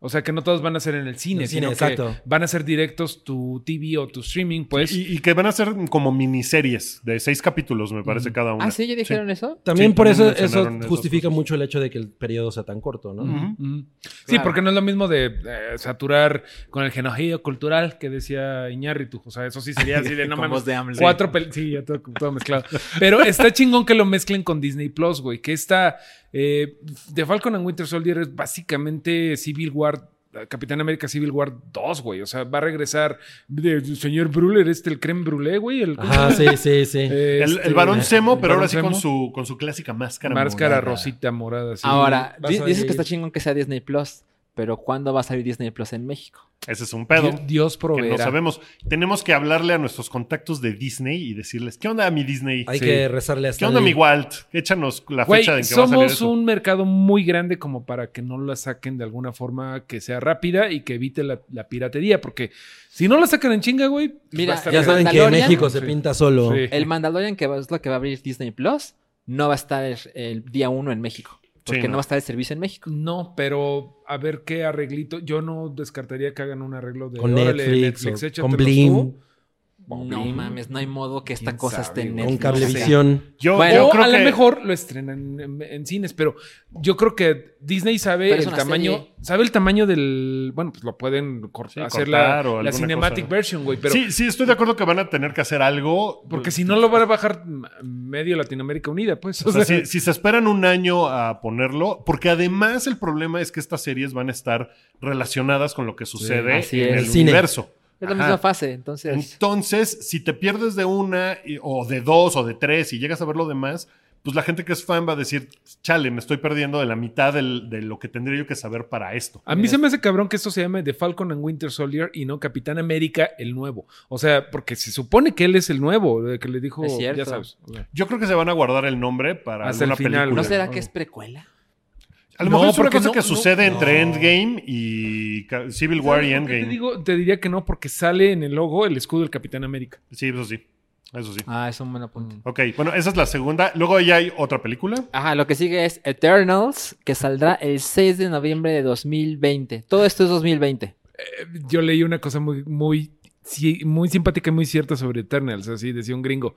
Speaker 4: O sea, que no todos van a ser en el cine,
Speaker 3: El cine,
Speaker 4: sino
Speaker 3: exacto.
Speaker 4: que van a ser directos tu TV o tu streaming, pues.
Speaker 2: Y, y que van a ser como miniseries de seis capítulos, me parece, cada una.
Speaker 5: Ah, sí, ya dijeron eso.
Speaker 3: También
Speaker 2: Sí,
Speaker 3: por
Speaker 2: también
Speaker 3: eso eso
Speaker 2: mencionaron esas
Speaker 3: justifica
Speaker 2: cosas.
Speaker 3: mucho el hecho de que el periodo sea tan corto, ¿no?
Speaker 2: Ujú.
Speaker 4: Ujú. Sí,
Speaker 5: Claro.
Speaker 4: porque no es lo mismo de eh, saturar con el genocidio cultural que decía Iñárritu. O sea, eso sí sería así
Speaker 2: [laughs]
Speaker 4: de no
Speaker 5: Con
Speaker 4: mames.
Speaker 5: voz de AMLO.
Speaker 4: Cuatro pel- Sí, ya todo, todo mezclado. Pero está chingón que lo mezclen con Disney Plus, güey. Que esta eh, The Falcon and Winter Soldier es básicamente Civil War. Capitán América Civil War 2, güey. O sea, va a regresar de- el señor Bruller, este, el creme brûlée, güey. El,
Speaker 3: Ajá, sí, sí, sí.
Speaker 4: [laughs] Eh,
Speaker 2: El,
Speaker 4: este,
Speaker 2: el varón Semo, pero
Speaker 4: varón
Speaker 2: ahora sí con
Speaker 4: Zemo.
Speaker 2: su, con su clásica máscara.
Speaker 4: Máscara
Speaker 2: morada.
Speaker 4: rosita morada. sí.
Speaker 5: Ahora,
Speaker 4: Vas
Speaker 5: di-
Speaker 4: a
Speaker 5: dices que
Speaker 4: ir.
Speaker 5: está chingón que sea Disney Plus, pero ¿cuándo va a salir Disney Plus en México?
Speaker 2: Ese es un pedo.
Speaker 4: Dios, Dios
Speaker 2: que no
Speaker 4: proveerá.
Speaker 2: sabemos. Tenemos que hablarle a nuestros contactos de Disney y decirles, ¿qué onda mi Disney?
Speaker 3: Hay
Speaker 4: Sí.
Speaker 3: que rezarle hasta
Speaker 2: ¿Qué onda mi Walt? Échanos la
Speaker 4: Güey,
Speaker 2: fecha en que va a
Speaker 4: somos
Speaker 2: salir eso.
Speaker 4: un mercado muy grande como para que no la saquen de alguna forma que sea rápida y que evite la, la piratería, porque si no la sacan en chinga, güey, pues
Speaker 5: Mira,
Speaker 4: va a estar
Speaker 3: Ya
Speaker 5: El
Speaker 3: saben que
Speaker 5: Mandalorian.
Speaker 3: México se
Speaker 4: Sí.
Speaker 3: pinta solo.
Speaker 4: Sí.
Speaker 5: El Mandalorian, que va- es lo que va a abrir Disney Plus, no va a estar el, el día uno en México. Porque
Speaker 2: no.
Speaker 5: no. va a estar el servicio en México.
Speaker 4: No, pero a ver qué arreglito. Yo no descartaría que hagan un arreglo de
Speaker 3: Con
Speaker 4: órale,
Speaker 3: Netflix, o
Speaker 4: échatelos
Speaker 3: con Blim,
Speaker 4: tú. O
Speaker 5: No
Speaker 4: Blim.
Speaker 5: mames, no hay modo que esta
Speaker 4: ¿Quién
Speaker 5: cosa
Speaker 4: sabe,
Speaker 5: esté en
Speaker 4: güey?
Speaker 5: Netflix.
Speaker 3: con
Speaker 4: Netflix,
Speaker 3: cablevisión.
Speaker 2: Yo,
Speaker 5: Bueno,
Speaker 2: yo
Speaker 4: o
Speaker 2: creo
Speaker 4: a
Speaker 2: que
Speaker 4: lo mejor lo estrenan en, en cines, pero yo creo que Disney sabe
Speaker 5: Pero es
Speaker 4: el
Speaker 5: una
Speaker 4: tamaño,
Speaker 5: serie.
Speaker 4: sabe el tamaño del, bueno, pues lo pueden cor-
Speaker 2: Sí,
Speaker 4: hacer
Speaker 2: cortar o
Speaker 4: la, la
Speaker 2: alguna
Speaker 4: cinematic
Speaker 2: cosa.
Speaker 4: version, güey, pero
Speaker 2: sí, sí, estoy de acuerdo que van a tener que hacer algo.
Speaker 4: porque si no lo van a bajar m- medio Latinoamérica Unida, pues.
Speaker 2: O sea,
Speaker 4: sea,
Speaker 2: si, si se esperan un año a ponerlo, porque además el problema es que estas series van a estar relacionadas con lo que sucede
Speaker 5: así
Speaker 2: en
Speaker 5: es.
Speaker 2: el
Speaker 3: Cine.
Speaker 2: universo.
Speaker 5: Es la
Speaker 2: Ajá.
Speaker 5: misma fase, entonces.
Speaker 2: Entonces, si te pierdes de una, y- o de dos, o de tres, y llegas a ver lo demás, pues la gente que es fan va a decir, chale, me estoy perdiendo de la mitad del- de lo que tendría yo que saber para esto.
Speaker 4: A mí se me hace cabrón que esto se llame The Falcon and Winter Soldier y no Capitán América el nuevo. O sea, porque se supone que él es el nuevo, de que le dijo,
Speaker 5: Es cierto.
Speaker 4: ya sabes. o sea.
Speaker 2: Yo creo que se van a guardar el nombre para
Speaker 4: Hasta el
Speaker 2: alguna
Speaker 4: final,
Speaker 2: película.
Speaker 5: ¿No
Speaker 4: Culero.
Speaker 5: será que es precuela?
Speaker 2: A lo
Speaker 4: No,
Speaker 2: mejor es una
Speaker 4: porque
Speaker 2: cosa
Speaker 4: no-
Speaker 2: que
Speaker 4: no-
Speaker 2: sucede
Speaker 4: no.
Speaker 2: entre Endgame y ca- Civil War y
Speaker 4: ¿Sabes por qué
Speaker 2: Endgame.
Speaker 4: Te, digo, te diría que no, porque sale en el logo el escudo del Capitán América.
Speaker 2: Sí, eso sí. Eso sí.
Speaker 5: Ah, es un buen apunte.
Speaker 2: Ok, bueno, esa es la segunda. Luego ya hay otra película.
Speaker 5: Ajá, lo que sigue es Eternals, que saldrá el 6 de noviembre de 2020. Todo esto es 2020.
Speaker 4: yo leí una cosa muy, muy, sí, muy simpática y muy cierta sobre Eternals, así decía un gringo.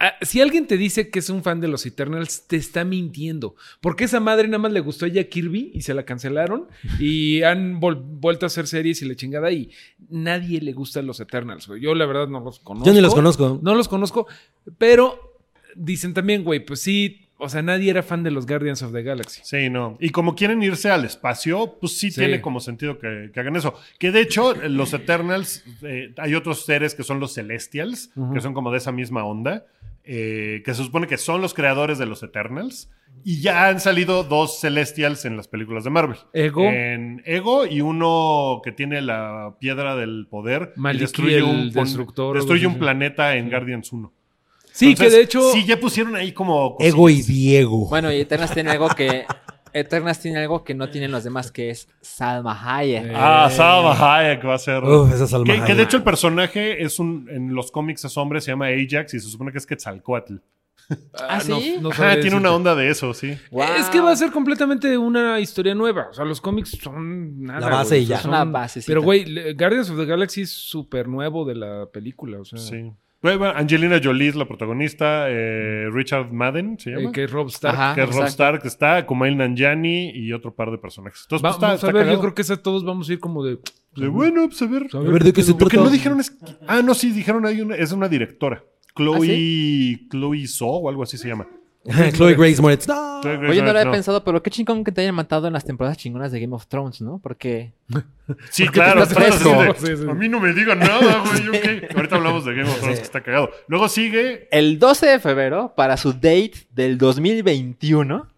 Speaker 4: Ah, Si alguien te dice que es un fan de los Eternals, te está mintiendo. Porque esa madre nada más le gustó a Jack Kirby y se
Speaker 3: [laughs]
Speaker 4: la cancelaron. Y han vol- vuelto a hacer series y la chingada. Y nadie le gusta los Eternals, güey. Yo la verdad no los conozco.
Speaker 3: Yo ni los conozco.
Speaker 4: No los conozco. Pero dicen también, güey, pues sí. O sea, nadie era fan de los Guardians of the Galaxy.
Speaker 2: Sí, no. Y como quieren irse al espacio, pues sí,
Speaker 4: Sí.
Speaker 2: tiene como sentido que, que hagan eso. Que de hecho, los Eternals, eh, hay otros seres que son los Celestials,
Speaker 4: Ujú.
Speaker 2: que son como de esa misma onda, eh, que se supone que son los creadores de los Eternals. Y ya han salido dos Celestials en las películas de Marvel.
Speaker 4: Ego.
Speaker 2: En Ego y uno que tiene la piedra del poder. y
Speaker 4: Maliki, el
Speaker 2: pon-
Speaker 4: destructor, o
Speaker 2: destruye
Speaker 4: algo
Speaker 2: un
Speaker 4: así.
Speaker 2: planeta en Guardians 1.
Speaker 4: Sí, que
Speaker 2: Entonces,
Speaker 4: de hecho.
Speaker 2: Sí, ya pusieron ahí como. cosillas.
Speaker 3: Ego y Diego.
Speaker 5: Bueno, y Eternals tiene algo que. Eternals tiene algo que no tienen los demás, que es Salma Hayek.
Speaker 4: Eh.
Speaker 2: Ah, Salma Hayek va a ser.
Speaker 3: Uf, esa Salma
Speaker 2: Que, que de
Speaker 3: Hayek.
Speaker 2: hecho el personaje es un. En los cómics es hombre, se llama Ajax y se supone que es Quetzalcoatl.
Speaker 5: ¿Ah, sí?
Speaker 2: Ajá,
Speaker 4: sabría
Speaker 2: tiene una
Speaker 4: decirte.
Speaker 2: onda de eso, sí.
Speaker 5: Guau.
Speaker 4: Es que va a ser completamente una historia nueva. O sea, los cómics son nada.
Speaker 3: La base
Speaker 4: güey.
Speaker 3: y ya.
Speaker 5: Es una basecita.
Speaker 4: Pero, güey, le- Guardians of the Galaxy es súper nuevo de la película. O sea, eh,
Speaker 2: sí. Güey, bueno, Angelina Jolie es la protagonista, eh, Richard Madden se
Speaker 4: eh,
Speaker 2: llama.
Speaker 4: que es Rob Stark.
Speaker 5: Ajá,
Speaker 2: que es Rob
Speaker 5: exacto.
Speaker 2: Stark, que está Kumail Nanjiani y otro par de personajes. Entonces, pues,
Speaker 4: Va-
Speaker 2: está,
Speaker 4: vamos
Speaker 2: está
Speaker 4: a ver, yo
Speaker 2: cagado.
Speaker 4: creo que esa todos vamos a ir como de.
Speaker 2: De, bueno, pues a ver.
Speaker 4: A
Speaker 3: A ver, ¿de qué se
Speaker 2: Lo que
Speaker 3: trata?
Speaker 2: no dijeron es. Ah, no, sí, dijeron hay una, es una
Speaker 4: ¿Ah,
Speaker 2: directora. Chloe. Chloe So o algo así se llama.
Speaker 3: [laughs] Chloe Grace Moretz. No.
Speaker 5: Oye, no lo había pensado, pero qué chingón que te hayan matado en las temporadas chingonas de Game of Thrones, ¿no? Porque.
Speaker 2: Sí,
Speaker 4: Porque
Speaker 2: claro.
Speaker 4: estás
Speaker 2: estás así
Speaker 4: fresco.
Speaker 2: de,
Speaker 4: Sí, sí.
Speaker 2: A mí no me digan nada, güey.
Speaker 4: [laughs]
Speaker 2: ok". Ahorita hablamos de Game of Thrones, que está cagado. Luego sigue.
Speaker 5: El 12 de febrero, para su date del 2021,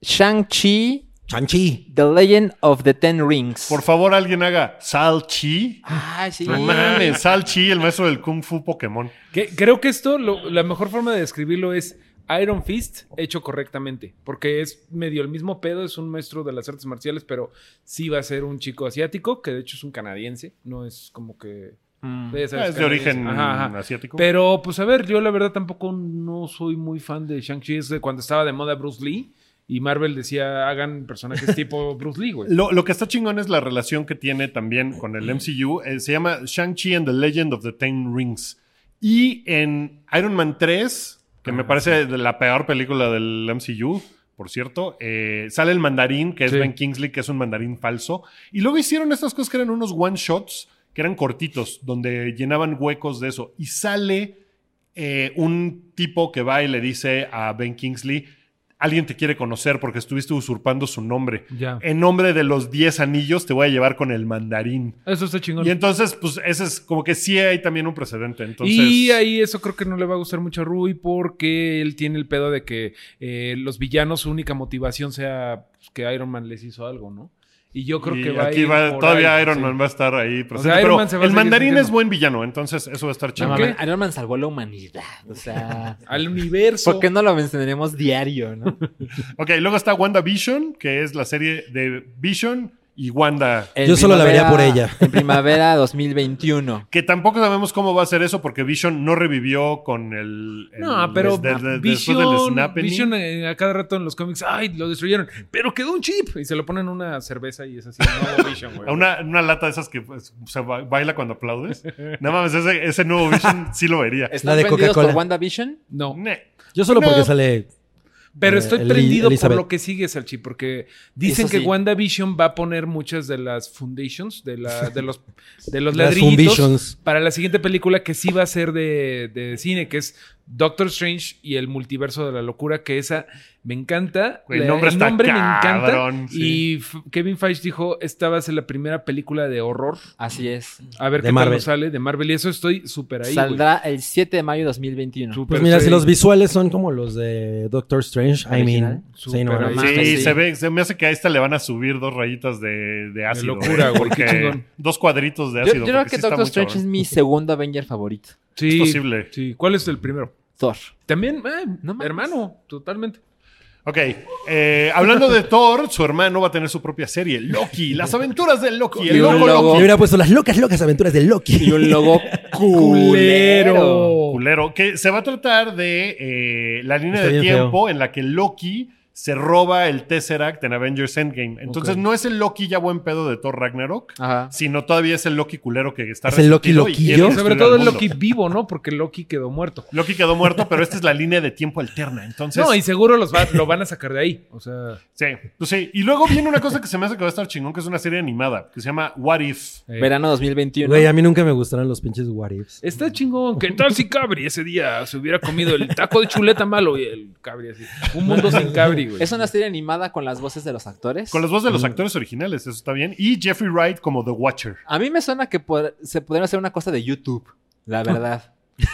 Speaker 5: Shang-Chi,
Speaker 3: Chanchi.
Speaker 5: The Legend of the Ten Rings.
Speaker 2: Por favor, alguien haga Salchi.
Speaker 5: Ay, Ah, sí.
Speaker 2: No mames, Salchi, el maestro del Kung Fu Pokémon.
Speaker 4: Que- creo que esto, lo- la mejor forma de describirlo es Iron Fist hecho correctamente. Porque es medio el mismo pedo, es un maestro de las artes marciales, pero sí va a ser un chico asiático, que de hecho es un canadiense. No es como que.
Speaker 5: Mm.
Speaker 4: ya sabes,
Speaker 2: Ah, es de origen
Speaker 4: canadiense. Ajá, ajá.
Speaker 2: asiático.
Speaker 4: Pero, pues a ver, yo la verdad tampoco no soy muy fan de Shang-Chi. Es de cuando estaba de moda Bruce Lee Y Marvel decía, hagan personajes
Speaker 2: [laughs]
Speaker 4: tipo Bruce Lee, güey.
Speaker 2: Lo, lo que está chingón es la relación que tiene también con el MCU. Eh, se llama Shang-Chi and the Legend of the Ten Rings. Y en Iron Man 3, que
Speaker 4: Ah,
Speaker 2: me parece de la peor película del MCU, por cierto, eh, sale el mandarín, que es
Speaker 4: Sí.
Speaker 2: Ben Kingsley, que es un mandarín falso. Y luego hicieron estas cosas que eran unos one-shots, que eran cortitos, donde llenaban huecos de eso. Y sale eh, un tipo que va y le dice a Ben Kingsley, alguien te quiere conocer porque estuviste usurpando su nombre.
Speaker 4: Ya.
Speaker 2: En nombre de los 10 anillos te voy a llevar con el mandarín.
Speaker 4: Eso está chingón.
Speaker 2: Y entonces, pues ese es como que sí hay también un precedente. Entonces,
Speaker 4: Y ahí eso creo que no le va a gustar mucho a Rui porque él tiene el pedo de que eh, los villanos su única motivación sea pues, que Iron Man les hizo algo, ¿no? Y yo creo
Speaker 2: y
Speaker 4: que va
Speaker 2: aquí
Speaker 4: a ir
Speaker 2: va-
Speaker 4: por
Speaker 2: todavía
Speaker 4: ahí,
Speaker 2: Iron
Speaker 4: sí.
Speaker 2: Man va a estar ahí. presente,
Speaker 4: Iron
Speaker 2: pero
Speaker 4: Man se va a
Speaker 2: el
Speaker 4: seguir
Speaker 2: mandarín
Speaker 4: sintiendo.
Speaker 2: es buen villano, entonces eso va a estar
Speaker 5: No
Speaker 2: chido.
Speaker 5: mames, Iron Man salvó la humanidad. O sea.
Speaker 2: [laughs]
Speaker 4: Al universo.
Speaker 5: ¿Por qué no lo mencionaremos diario, no?
Speaker 2: Ok, luego está WandaVision, que es la serie de Vision y Wanda.
Speaker 5: En
Speaker 3: Yo solo la vería por
Speaker 5: primavera-
Speaker 3: ella.
Speaker 5: En primavera 2021.
Speaker 2: Que tampoco sabemos cómo va a ser eso porque Vision no revivió con el. el-
Speaker 4: No, pero
Speaker 2: des- de- de- después del
Speaker 4: Vision,
Speaker 2: Snappany.
Speaker 4: Vision, eh, a cada rato en los cómics, ay, lo destruyeron, pero quedó un chip y se lo ponen una cerveza y es así, no Vision,
Speaker 2: [laughs]
Speaker 4: güey.
Speaker 2: A una, una lata de esas que pues, se ba- baila cuando aplaudes. No mames, ese, ese nuevo
Speaker 5: [laughs]
Speaker 2: Vision sí lo vería.
Speaker 5: ¿Están
Speaker 3: de
Speaker 5: prendidos por
Speaker 3: Coca-Cola.
Speaker 5: WandaVision?
Speaker 4: No,
Speaker 2: Ne.
Speaker 3: Yo solo porque
Speaker 2: No.
Speaker 3: sale.
Speaker 4: pero
Speaker 3: Eh,
Speaker 4: estoy
Speaker 3: Eli-
Speaker 4: prendido
Speaker 3: Elizabeth.
Speaker 4: por lo que sigue, Salchi, porque dicen
Speaker 5: Eso
Speaker 4: que
Speaker 5: sí.
Speaker 4: WandaVision va a poner muchas de las foundations, de, la, de los, de
Speaker 3: [laughs]
Speaker 4: los
Speaker 3: Las
Speaker 4: ladrillitos,
Speaker 3: funditions.
Speaker 4: para la siguiente película que sí va a ser de, de cine, que es Doctor Strange y el multiverso de la locura, que esa me encanta.
Speaker 2: Güey, el
Speaker 4: La-
Speaker 2: nombre está
Speaker 4: me encanta.
Speaker 2: cabrón, sí.
Speaker 4: Y F- Kevin Feige dijo, esta va a ser la primera película de horror
Speaker 5: Así es.
Speaker 4: A
Speaker 3: De
Speaker 4: ver qué tal
Speaker 3: Marvel.
Speaker 4: nos sale de Marvel. Y eso estoy súper ahí. güey.
Speaker 5: Saldrá el 7 de mayo de 2021.
Speaker 4: Súper
Speaker 3: Pues mira, si
Speaker 4: serio.
Speaker 3: los visuales son como los de Doctor Strange, I
Speaker 5: Original.
Speaker 3: mean. Sí, no,
Speaker 4: Super
Speaker 3: mames.
Speaker 5: mames,
Speaker 2: Sí,
Speaker 5: sí.
Speaker 2: se ve, se me hace que a esta le van a subir dos rayitas de, de ácido.
Speaker 4: locura, güey, qué
Speaker 2: porque-
Speaker 4: chingón.
Speaker 2: Dos cuadritos de
Speaker 5: Yo,
Speaker 2: ácido.
Speaker 5: yo creo
Speaker 2: porque
Speaker 5: que
Speaker 2: sí está
Speaker 5: Doctor
Speaker 2: muy
Speaker 5: Strange es
Speaker 2: cabrón.
Speaker 5: mi segundo Avenger favorito.
Speaker 4: Sí,
Speaker 2: es posible.
Speaker 4: Sí. ¿Cuál es el primero?
Speaker 5: Thor.
Speaker 4: También, eh,
Speaker 5: No mames.
Speaker 4: hermano, totalmente.
Speaker 2: Ok, eh, hablando de Thor, su hermano va a tener su propia serie, Loki, las aventuras de Loki, el
Speaker 5: Y un
Speaker 2: loco
Speaker 5: logo.
Speaker 3: Yo
Speaker 2: Loki.
Speaker 3: hubiera puesto las locas, locas aventuras de
Speaker 5: Y
Speaker 3: Loki. [laughs]
Speaker 5: un logo culero.
Speaker 4: Oh.
Speaker 2: Culero, que se va a tratar de eh, la línea
Speaker 3: Está
Speaker 2: de
Speaker 3: bien
Speaker 2: tiempo en la que Loki se roba el Tesseract en Avengers Endgame. Entonces
Speaker 4: Ok. Ah.
Speaker 2: no es el Loki ya buen pedo de Thor Ragnarok,
Speaker 5: Ajá.
Speaker 2: sino todavía es el Loki culero que está
Speaker 3: Es el Loki
Speaker 2: resentido y quiere
Speaker 3: loquillo.
Speaker 2: destruir
Speaker 4: Sobre
Speaker 2: al
Speaker 4: todo el
Speaker 2: Este mundo.
Speaker 4: Loki vivo, ¿no? Porque Loki quedó muerto.
Speaker 2: Loki quedó muerto, pero esta es la línea de tiempo alterna. Entonces,
Speaker 4: No, y seguro los va- lo van a sacar de ahí. O sea,
Speaker 2: sí, pues sí. Y luego viene una cosa que se me hace que va a estar chingón, que es una serie animada, que se llama What If.
Speaker 4: eh,
Speaker 5: Verano 2021.
Speaker 3: Güey, a mí nunca me gustaron los pinches what ifs.
Speaker 4: Está chingón. ¿Qué tal si Cabri ese día se hubiera comido el taco de chuleta malo y el Cabri así? Un mundo sin Cabri, güey.
Speaker 5: Es una serie animada con las voces de los actores.
Speaker 2: Con las voces de
Speaker 4: Mm.
Speaker 2: los actores originales, eso está bien. Y Jeffrey Wright como The
Speaker 4: [laughs]
Speaker 2: Watcher.
Speaker 5: A mí me suena que pod- se podría hacer una cosa de YouTube, la verdad.
Speaker 2: Eh,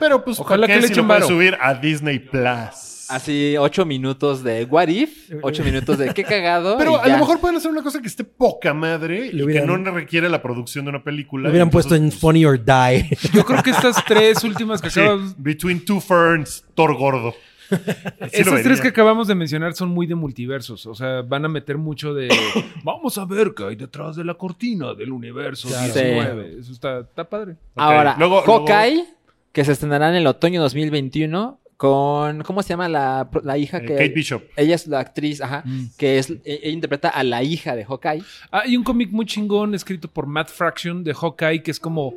Speaker 2: pero pues, ¿por
Speaker 4: Ojalá
Speaker 2: qué
Speaker 4: que le
Speaker 2: si
Speaker 4: echen
Speaker 2: lo pueden
Speaker 4: varo.
Speaker 2: subir a Disney Plus.
Speaker 5: Así, ocho minutos de What If, ocho minutos de qué cagado.
Speaker 2: [laughs]
Speaker 5: y
Speaker 2: Pero a
Speaker 5: ya.
Speaker 2: lo mejor pueden hacer una cosa que esté poca madre y
Speaker 3: Le hubieran-
Speaker 2: que no requiere la producción de una película.
Speaker 3: Lo hubieran
Speaker 2: Entonces,
Speaker 3: puesto en
Speaker 2: pues,
Speaker 3: Funny or Die.
Speaker 4: Yo creo que estas tres últimas que
Speaker 2: sí,
Speaker 4: acabas
Speaker 2: Between Two Ferns, Thor Gordo. Sí lo
Speaker 4: Esas
Speaker 2: vería.
Speaker 4: tres que acabamos de mencionar son muy de multiversos. O sea, van a meter mucho
Speaker 2: [coughs]
Speaker 4: de. Vamos a ver qué hay detrás de la cortina del universo
Speaker 5: Claro.
Speaker 4: 19. Eso está, está padre. Ah,
Speaker 2: Ok,
Speaker 5: Ahora,
Speaker 2: luego-
Speaker 5: Hawkeye, que se estrenará en el otoño 2021 con, ¿cómo se llama la, pro- la hija
Speaker 2: Eh,
Speaker 5: que...
Speaker 2: Kate Bishop.
Speaker 5: Ella es la actriz, ajá,
Speaker 4: Mm.
Speaker 5: que es, e- ella interpreta a la hija de Hawkeye.
Speaker 4: Hay un cómic muy chingón escrito por Matt Fraction de Hawkeye que es como.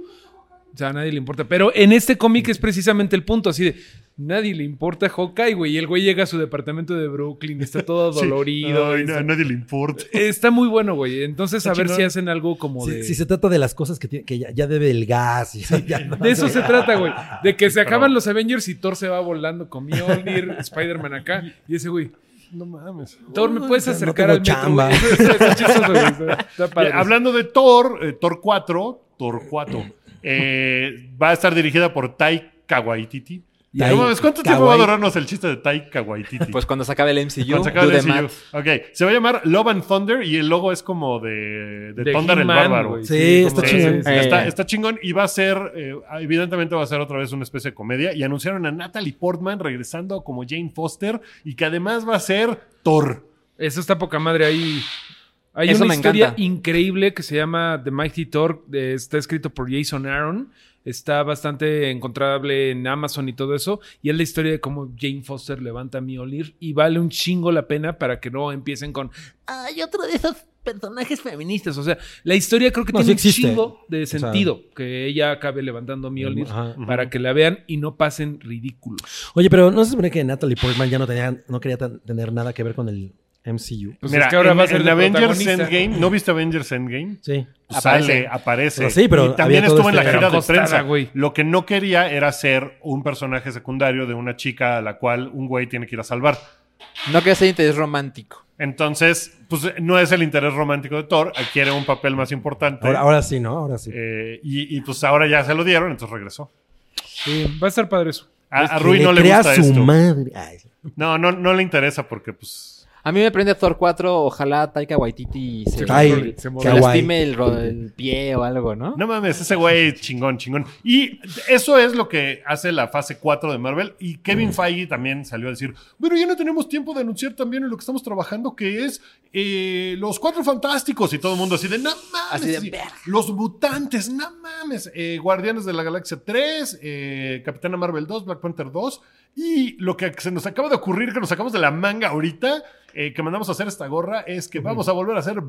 Speaker 4: O sea, a nadie le importa. Pero en este cómic es precisamente el punto. Así de. Nadie le importa a Hawkeye, güey. Y el güey llega a su departamento de Brooklyn. Está todo
Speaker 2: [laughs] Sí.
Speaker 4: dolorido.
Speaker 2: Ay, no,
Speaker 4: está,
Speaker 2: a nadie le importa.
Speaker 4: está muy bueno, güey. Entonces, a
Speaker 2: Está
Speaker 4: ver si
Speaker 2: chingón.
Speaker 4: hacen algo como
Speaker 3: Si,
Speaker 4: de.
Speaker 3: si se trata de las cosas que, tiene- que ya, ya debe el gas. y- [laughs] ya no.
Speaker 4: De eso se trata, güey. De que se
Speaker 2: Pero-
Speaker 4: acaban los Avengers y Thor se va volando con
Speaker 3: [laughs]
Speaker 4: Mjolnir, Spider-Man acá. Y ese güey,
Speaker 2: No mames.
Speaker 4: Thor, ¿me puedes
Speaker 3: No
Speaker 4: acercar
Speaker 3: tengo
Speaker 4: al metro?
Speaker 3: chamba.
Speaker 4: güey?" Eso [laughs] está chistoso, güey. Está- está padre.
Speaker 2: Eh, hablando de Thor, eh, Thor 4, Thor 4, eh, va a estar dirigida por Tai Kawaititi.
Speaker 3: Tai
Speaker 2: no mames, ¿cuánto tiempo va a
Speaker 3: Kawai-
Speaker 2: durarnos el chiste de Tai Kawaititi?
Speaker 5: Pues cuando se acabe el MCU,
Speaker 2: Cuando se acabe
Speaker 5: do
Speaker 2: el
Speaker 5: the
Speaker 2: MCU.
Speaker 5: math.
Speaker 2: Ok, se va a llamar Love and Thunder y el logo es como de, de,
Speaker 4: De
Speaker 2: Thunder el
Speaker 4: He-Man,
Speaker 2: Bárbaro.
Speaker 4: güey.
Speaker 3: Sí,
Speaker 4: como-
Speaker 3: está chingón.
Speaker 5: Eh,
Speaker 2: Está, está chingón y va a ser, eh, evidentemente va a ser otra vez una especie de comedia. Y anunciaron a Natalie Portman regresando como Jane Foster y que además va a ser Thor.
Speaker 4: Eso está poca madre ahí. Hay
Speaker 5: Eso
Speaker 4: una
Speaker 5: me
Speaker 4: historia
Speaker 5: encanta.
Speaker 4: increíble que se llama The Mighty Thor. eh, Está escrito por Jason Aaron. Está bastante encontrable en Amazon y todo eso. Y es la historia de cómo Jane Foster levanta a Mjolnir. Y vale un chingo la pena para que no empiecen con. ¡Ay, otro de esos personajes feministas! O sea, la historia creo que
Speaker 3: No,
Speaker 4: tiene
Speaker 3: sí
Speaker 4: un
Speaker 3: existe.
Speaker 4: chingo de
Speaker 3: sea-
Speaker 4: sentido que ella acabe levantando a Mjolnir
Speaker 3: Ajá.
Speaker 4: para que la vean y no pasen ridículos.
Speaker 3: Oye, pero no se supone que Natalie Portman ya no tenía, no quería tan- tener nada que ver con el MCU.
Speaker 4: Pues
Speaker 2: Mira,
Speaker 4: es que ahora
Speaker 2: en,
Speaker 4: va a ser
Speaker 2: en
Speaker 4: de
Speaker 2: Avengers
Speaker 4: protagonista.
Speaker 2: Endgame, ¿no viste Avengers Endgame?
Speaker 3: Sí.
Speaker 2: Pues
Speaker 5: Aparece.
Speaker 2: Sale, aparece.
Speaker 3: O sea, sí, pero
Speaker 2: y también
Speaker 3: había todo
Speaker 2: estuvo en la
Speaker 3: este-
Speaker 2: gira
Speaker 4: Pero
Speaker 2: de
Speaker 4: costada,
Speaker 2: prensa.
Speaker 4: güey.
Speaker 2: Lo que no quería era ser un personaje secundario de una chica a la cual un güey tiene que ir a salvar.
Speaker 5: No quiero ser interés romántico.
Speaker 2: Entonces, pues no es el interés romántico de Thor, adquiere un papel más importante.
Speaker 3: Ahora, ahora sí, ¿no? Ahora sí.
Speaker 2: Eh, y, y, pues ahora ya se lo dieron, entonces regresó.
Speaker 4: Sí, va a estar padre eso. Este,
Speaker 2: A, a
Speaker 3: Que
Speaker 2: Rui no le
Speaker 3: crea
Speaker 2: gusta
Speaker 3: su
Speaker 2: esto.
Speaker 3: madre. Ay, sí.
Speaker 2: No, no, no le interesa porque pues...
Speaker 5: A mí me prende Thor 4, ojalá Taika Waititi se,
Speaker 3: Ay,
Speaker 5: se
Speaker 3: qué
Speaker 5: lastime
Speaker 3: guay.
Speaker 5: el, ro- el pie o algo, ¿no?
Speaker 2: No mames, ese güey chingón, chingón. Y eso es lo que hace la fase 4 de Marvel. Y
Speaker 5: Mm.
Speaker 2: Kevin Feige también salió a decir, bueno, ya no tenemos tiempo de anunciar también en lo que estamos trabajando, que es eh, los Cuatro Fantásticos y todo el mundo así de, no mames,
Speaker 5: Así de,
Speaker 2: sí,
Speaker 5: "Verga".
Speaker 2: los mutantes, no mames, eh, Guardianes de la Galaxia 3, eh, Capitana Marvel 2, Black Panther 2. Y lo que se nos acaba de ocurrir, que nos sacamos de la manga ahorita, eh, que mandamos a hacer esta gorra, es que vamos a volver a hacer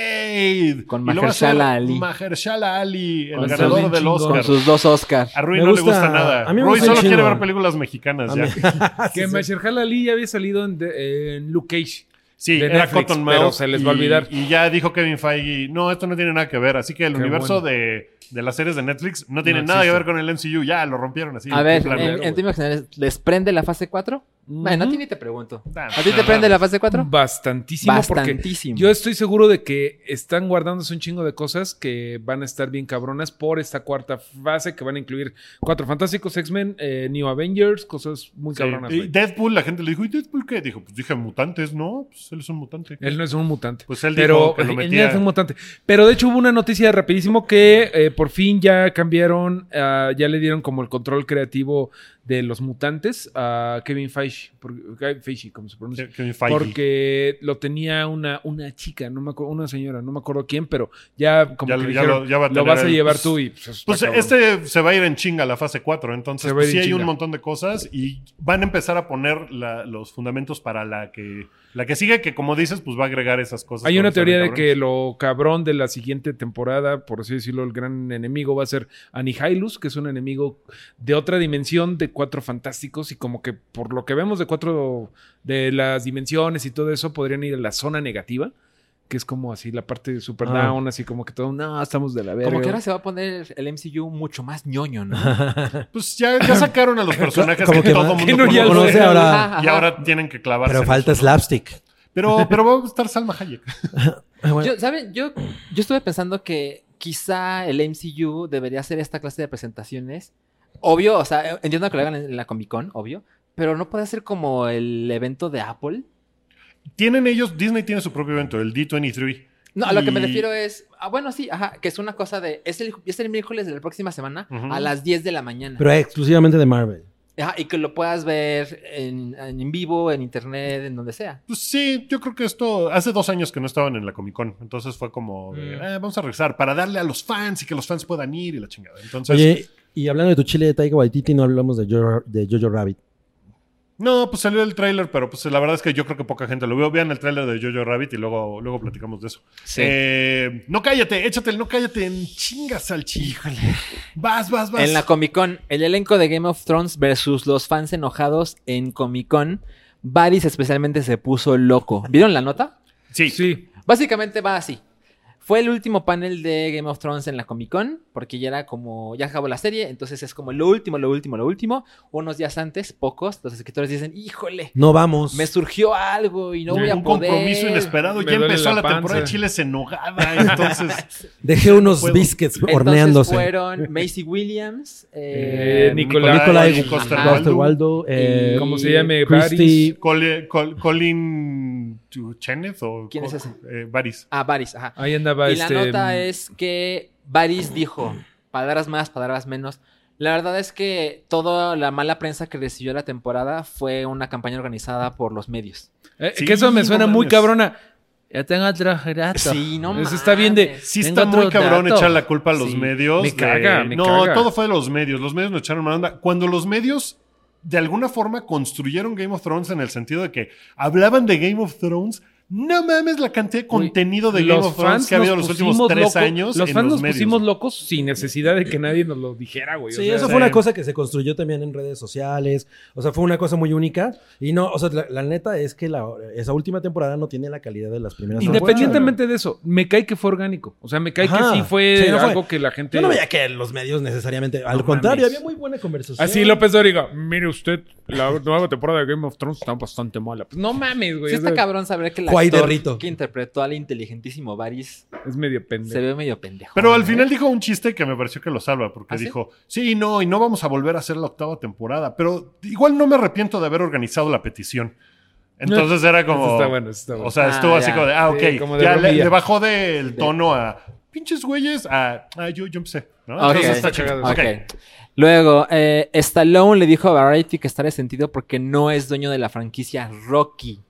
Speaker 2: Blade.
Speaker 5: Con
Speaker 2: Y lo va a hacer
Speaker 5: Mahershala Ali.
Speaker 2: Mahershala Ali, el
Speaker 4: Con sus
Speaker 2: ganador
Speaker 4: bien
Speaker 2: del
Speaker 4: chingón.
Speaker 2: Oscar.
Speaker 5: Con sus dos Oscars.
Speaker 2: A Rui
Speaker 3: Me
Speaker 2: no le
Speaker 3: gusta-
Speaker 2: gusta nada.
Speaker 3: a mí me
Speaker 2: Rui
Speaker 3: gusta
Speaker 2: solo
Speaker 3: el
Speaker 2: quiere
Speaker 3: chino.
Speaker 2: ver películas mexicanas
Speaker 3: A
Speaker 2: ya.
Speaker 3: mí- Ah,
Speaker 4: Que Mahershala Ali ya había salido en, de- en Luke Cage.
Speaker 2: Sí,
Speaker 4: de
Speaker 2: era
Speaker 4: Netflix,
Speaker 2: Cotton Mouse.
Speaker 4: pero se les va a
Speaker 2: y-
Speaker 4: olvidar.
Speaker 2: Y, ya dijo Kevin Feige, no, esto no tiene nada que ver. Así que el
Speaker 4: Qué
Speaker 2: universo
Speaker 4: bueno.
Speaker 2: de, de las series de Netflix no tiene
Speaker 4: No
Speaker 2: nada que ver
Speaker 4: existe.
Speaker 2: con el MCU. Ya, lo rompieron así.
Speaker 5: A ver,
Speaker 2: plan,
Speaker 5: en, en términos generales, ¿les prende la fase 4? Bueno, a ti ni te pregunto.
Speaker 2: Ah,
Speaker 5: ¿A ti te
Speaker 2: no
Speaker 5: prende la
Speaker 2: mames.
Speaker 5: fase 4?
Speaker 4: Bastantísimo, porque
Speaker 5: Bastantísimo.
Speaker 4: yo estoy seguro de que están guardándose un chingo de cosas que van a estar bien cabronas por esta cuarta fase que van a incluir Cuatro Fantásticos, X-Men, eh, New Avengers, cosas muy
Speaker 2: Sí.
Speaker 4: cabronas.
Speaker 2: Y
Speaker 4: güey.
Speaker 2: Deadpool, la gente le dijo, ¿y Deadpool qué? Dijo, pues dije mutantes, no, pues él es un mutante.
Speaker 4: Él no es un mutante.
Speaker 2: Pues él dijo
Speaker 4: pero eh,
Speaker 2: que lo
Speaker 4: él
Speaker 2: metía-
Speaker 4: es un mutante. Pero de hecho hubo una noticia rapidísimo que eh, por fin ya cambiaron, ah, ya le dieron como el control creativo de los mutantes a Kevin Feige, por- Kevin Feige, como se pronuncia.
Speaker 2: Kevin Feige.
Speaker 4: Porque lo tenía una, una chica, no me acuerdo, una señora, no me acuerdo quién, pero ya como
Speaker 2: Ya
Speaker 4: que
Speaker 2: lo- ya
Speaker 4: dijeron,
Speaker 2: lo- ya va a tener
Speaker 4: vas a
Speaker 2: el-
Speaker 4: llevar
Speaker 2: pues-
Speaker 4: tú y pues, está
Speaker 2: Pues
Speaker 4: cabrón.
Speaker 2: este se va a ir en chinga a la fase 4, entonces
Speaker 4: Se va a ir
Speaker 2: pues, sí
Speaker 4: en
Speaker 2: hay un
Speaker 4: chinga.
Speaker 2: montón de cosas y van a empezar a poner la- los fundamentos para la que la que sigue, que como dices, pues va a agregar esas cosas.
Speaker 4: Hay
Speaker 2: que
Speaker 4: una
Speaker 2: van a estar
Speaker 4: teoría de
Speaker 2: bien
Speaker 4: que
Speaker 2: cabrones.
Speaker 4: lo cabrón de la siguiente temporada, por así decirlo, el gran enemigo va a ser Anihilus, que es un enemigo de otra dimensión de cuatro fantásticos y como que por lo que vemos de cuatro de las dimensiones y todo eso podrían ir a la zona negativa, que es como así la parte de super
Speaker 3: Ah.
Speaker 4: down, así como que todo, no, estamos de la verga.
Speaker 5: Como que ahora se va a poner el MCU mucho más ñoño, [laughs] ¿no?
Speaker 2: Pues ya,
Speaker 4: [clears throat]
Speaker 2: ya sacaron a los personajes
Speaker 3: Como
Speaker 2: que,
Speaker 3: que
Speaker 2: todo
Speaker 3: va-
Speaker 2: mundo
Speaker 4: que no,
Speaker 2: conoce,
Speaker 4: ya lo
Speaker 3: conoce
Speaker 4: sé.
Speaker 3: ahora.
Speaker 5: Ajá,
Speaker 2: y
Speaker 5: ajá.
Speaker 2: ahora tienen que clavarse.
Speaker 3: Pero
Speaker 2: en
Speaker 3: falta
Speaker 2: eso.
Speaker 3: slapstick.
Speaker 4: [laughs]
Speaker 2: Pero, pero va a estar Salma Hayek.
Speaker 3: Ah, bueno.
Speaker 5: Yo, ¿saben? Yo, yo estuve pensando que quizá el MCU debería hacer esta clase de presentaciones. Obvio, o sea, entiendo que lo hagan en la Comic Con, obvio. Pero no puede ser como el evento de Apple.
Speaker 2: Tienen ellos, Disney tiene su propio evento, el D23.
Speaker 5: No, a lo que me
Speaker 2: Y-
Speaker 5: refiero es. Ah, bueno, sí, ajá, que es una cosa de. Es el, es el miércoles de la próxima semana
Speaker 2: Ujú.
Speaker 5: a las 10 de la mañana.
Speaker 3: Pero exclusivamente de Marvel.
Speaker 5: Ajá, y que lo puedas ver en, en vivo, en internet, en donde sea.
Speaker 2: Pues sí, yo creo que esto hace dos años que no estaban en la Comic Con, entonces fue como, de,
Speaker 5: Mm.
Speaker 2: "Ah, vamos a regresar para darle a los fans y que los fans puedan ir y la chingada. Entonces,
Speaker 3: Oye, y hablando de tu chile de Taika Waititi, no hablamos de Jojo, de Jojo Rabbit.
Speaker 2: No, pues salió el tráiler, pero pues la verdad es que yo creo que poca gente lo vio. Vean el tráiler de Jojo Rabbit y luego, luego platicamos de eso. Eh, no cállate, échate el no cállate en chingas, Salchi. Vas, vas, vas.
Speaker 5: En la Comic Con, el elenco de Game of Thrones versus los fans enojados en Comic Con, Varys especialmente se puso loco. ¿Vieron la nota?
Speaker 2: sí.
Speaker 4: Sí,
Speaker 5: Básicamente va así. Fue el último panel de Game of Thrones en la Comic Con, porque ya era como, ya acabó la serie, entonces es como lo último, lo último, lo último. Unos días antes, pocos, los escritores dicen, híjole,
Speaker 3: No vamos.
Speaker 5: me surgió algo y no voy a
Speaker 2: un
Speaker 5: poder.
Speaker 2: compromiso inesperado.
Speaker 4: Me
Speaker 2: Ya
Speaker 4: duele
Speaker 2: empezó
Speaker 4: la
Speaker 2: la,
Speaker 4: panza.
Speaker 2: temporada de Chiles enojada. [laughs]
Speaker 4: [laughs]
Speaker 2: Entonces,
Speaker 3: Dejé unos
Speaker 2: puedo.
Speaker 3: biscuits
Speaker 5: Entonces
Speaker 3: horneándose.
Speaker 5: fueron Macy Williams, eh,
Speaker 4: Eh, Nicolai-
Speaker 3: Nicolai
Speaker 2: Costa
Speaker 5: Ajá.
Speaker 3: Walter
Speaker 2: Waldo,
Speaker 3: Waldo, eh,
Speaker 5: Y-
Speaker 4: como se llame,
Speaker 3: Christy-
Speaker 4: Varys.
Speaker 2: Cole- Col- Colin Chenez o
Speaker 5: ¿Quién es
Speaker 2: Co-
Speaker 5: ese?
Speaker 2: eh, Varys.
Speaker 5: ah, Varys, ajá.
Speaker 4: Ahí andaba
Speaker 5: y
Speaker 4: este...
Speaker 5: la nota es que Varys dijo, palabras más, palabras menos. La verdad es que toda la mala prensa que recibió la temporada fue una campaña organizada por los medios.
Speaker 4: eh,
Speaker 2: Sí,
Speaker 4: que eso me
Speaker 2: no
Speaker 4: suena muy
Speaker 2: mames.
Speaker 4: cabrona.
Speaker 6: Ya tengo otro grato.
Speaker 5: Sí, no
Speaker 4: Eso está bien de-
Speaker 5: mames.
Speaker 2: Sí
Speaker 6: Tengo
Speaker 2: está muy
Speaker 6: otro
Speaker 2: cabrón
Speaker 6: dato.
Speaker 2: echar la culpa a los
Speaker 6: Sí.
Speaker 2: medios.
Speaker 4: Me
Speaker 2: de-
Speaker 4: caga, me
Speaker 2: no,
Speaker 4: caga.
Speaker 2: todo fue de los medios. Los medios nos echaron mala onda. Cuando los medios de alguna forma construyeron Game of Thrones en el sentido de que hablaban de Game of Thrones, no mames la cantidad de contenido de Game
Speaker 4: los
Speaker 2: of Thrones
Speaker 4: fans
Speaker 2: que ha habido
Speaker 4: nos
Speaker 2: los últimos
Speaker 4: pusimos
Speaker 2: tres
Speaker 4: locos-
Speaker 2: años
Speaker 4: Los
Speaker 2: en
Speaker 4: fans
Speaker 2: los
Speaker 4: nos
Speaker 2: medios.
Speaker 4: pusimos locos sin necesidad de que nadie nos lo dijera, güey. O
Speaker 3: Sí,
Speaker 4: sea,
Speaker 3: eso
Speaker 2: sí.
Speaker 3: fue una cosa que se construyó también en redes sociales. O sea, fue una cosa muy única. Y no, o sea, la, la neta es que la, esa última temporada no tiene la calidad de las primeras
Speaker 4: Independientemente de eso, me cae que fue orgánico. O sea, me cae
Speaker 3: Ajá.
Speaker 4: que sí fue
Speaker 3: Sí, no fue-
Speaker 4: algo que la gente.
Speaker 3: temporadas. Yo no veía que los medios necesariamente. Al contrario,
Speaker 4: mames.
Speaker 3: había muy buena conversación.
Speaker 4: Así López Dóriga, mire usted, la nueva temporada de Game of Thrones está bastante mala. Pues, no mames, güey.
Speaker 5: Sí
Speaker 4: o
Speaker 5: está
Speaker 4: sea,
Speaker 5: cabrón saber que el
Speaker 3: Guay de
Speaker 5: actor
Speaker 3: Rito.
Speaker 5: que interpretó al inteligentísimo Varys
Speaker 4: es medio
Speaker 5: se
Speaker 4: pendejo.
Speaker 5: ve medio pendejo.
Speaker 2: Pero al
Speaker 4: ¿eh?
Speaker 5: ¿no?
Speaker 2: final dijo un chiste que me pareció que lo salva, porque
Speaker 5: ¿Ah, sí?
Speaker 2: dijo, sí, no, y no vamos a volver a hacer la octava temporada, pero igual no me arrepiento de haber organizado la petición. Entonces era como...
Speaker 4: Eso está bueno, eso está bueno.
Speaker 2: O sea,
Speaker 5: Ah,
Speaker 2: estuvo así
Speaker 5: ya.
Speaker 2: como de, ah, ok,
Speaker 4: Sí, como de
Speaker 2: ya le,
Speaker 4: bromilla.
Speaker 2: le bajó del tono a pinches güeyes a, ah, yo, yo empecé, ¿no?
Speaker 5: Ok.
Speaker 2: Entonces está
Speaker 4: Está
Speaker 2: chido.
Speaker 4: cagado.
Speaker 5: Ok. Luego, eh, Stallone le dijo a Variety que está resentido porque no es dueño de la franquicia Rocky.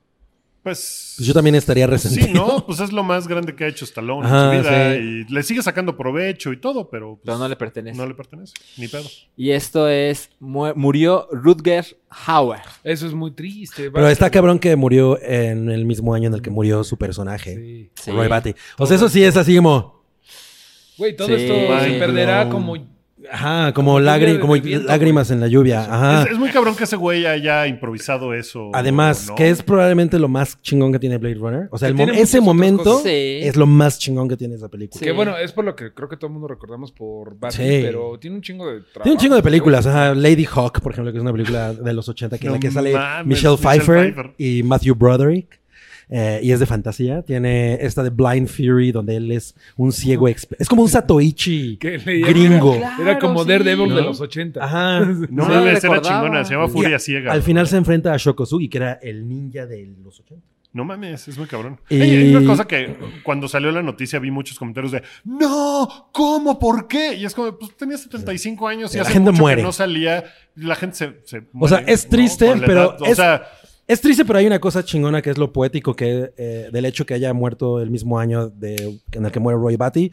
Speaker 2: Pues...
Speaker 3: Pues yo también estaría resentido.
Speaker 2: Sí, ¿no? Pues es lo más grande que ha hecho Stallone
Speaker 3: Ajá,
Speaker 2: en su vida
Speaker 3: sí.
Speaker 2: y le sigue sacando provecho y todo, pero, pues,
Speaker 5: Pero no le pertenece.
Speaker 2: no le pertenece, ni pedo.
Speaker 5: Y esto es, mu- murió Rutger Hauer.
Speaker 4: Eso es muy triste.
Speaker 3: Pero está cabrón que murió en el mismo año en el que murió su personaje,
Speaker 4: Sí.
Speaker 5: Sí.
Speaker 3: Roy Batty. O sea, eso sí es así como.
Speaker 4: Güey, todo
Speaker 5: Sí.
Speaker 4: esto
Speaker 5: Mind
Speaker 4: se perderá
Speaker 2: blown.
Speaker 4: como.
Speaker 3: Ajá, como,
Speaker 4: lluvia
Speaker 3: lágri-
Speaker 4: de
Speaker 3: como
Speaker 4: viento,
Speaker 3: lágrimas en la lluvia. Ajá.
Speaker 2: Es, es muy cabrón que ese güey haya improvisado eso.
Speaker 3: Además,
Speaker 2: ¿no?
Speaker 3: que es probablemente lo más chingón que tiene Blade Runner. O sea,
Speaker 4: Que
Speaker 3: el mo-
Speaker 4: tiene
Speaker 3: ese
Speaker 4: muchas otras
Speaker 3: momento
Speaker 4: cosas.
Speaker 5: Sí.
Speaker 3: es lo más chingón que tiene esa película.
Speaker 5: Sí.
Speaker 4: Que bueno, es por lo que creo que todo el mundo recordamos por Batman,
Speaker 3: Sí.
Speaker 4: pero tiene un chingo de trabajo.
Speaker 3: Tiene un chingo de películas. Ajá, Lady Hawk, por ejemplo, que es una película de los 80, que en la
Speaker 2: No
Speaker 3: que sale
Speaker 2: mames,
Speaker 3: Michelle
Speaker 2: Michelle
Speaker 3: Pfeiffer,
Speaker 2: Pfeiffer.
Speaker 3: y Matthew Broderick. eh, y es de fantasía. Tiene esta de Blind Fury, donde él es un ciego. exp- Es como un Satoichi
Speaker 4: Que le-
Speaker 3: gringo.
Speaker 5: Claro,
Speaker 4: Era como
Speaker 5: sí.
Speaker 4: Daredevil de
Speaker 5: ¿No?
Speaker 4: los 80.
Speaker 2: [laughs]
Speaker 3: Ajá.
Speaker 2: No
Speaker 5: Sí,
Speaker 2: mames, era
Speaker 5: recordaba.
Speaker 2: chingona, se llama
Speaker 3: Sí.
Speaker 2: Furia Ciega.
Speaker 3: Al final se enfrenta a Shokosugi, que era el ninja de los 80.
Speaker 2: No mames, es muy cabrón.
Speaker 3: Y-
Speaker 2: Ey, hay una cosa que cuando salió la noticia vi muchos comentarios de no, ¿cómo? ¿Por qué? Y es como, pues tenía 75 años y
Speaker 3: La
Speaker 2: hace
Speaker 3: gente
Speaker 2: mucho
Speaker 3: muere.
Speaker 2: que no salía. La gente se. se
Speaker 3: O sea,
Speaker 2: muere,
Speaker 3: es
Speaker 2: ¿no?
Speaker 3: triste,
Speaker 2: Por la
Speaker 3: pero
Speaker 2: edad. O
Speaker 3: es-
Speaker 2: sea,
Speaker 3: Es triste, pero hay una cosa chingona que es lo poético que eh, del hecho que haya muerto el mismo año de, en el que muere Roy Batty.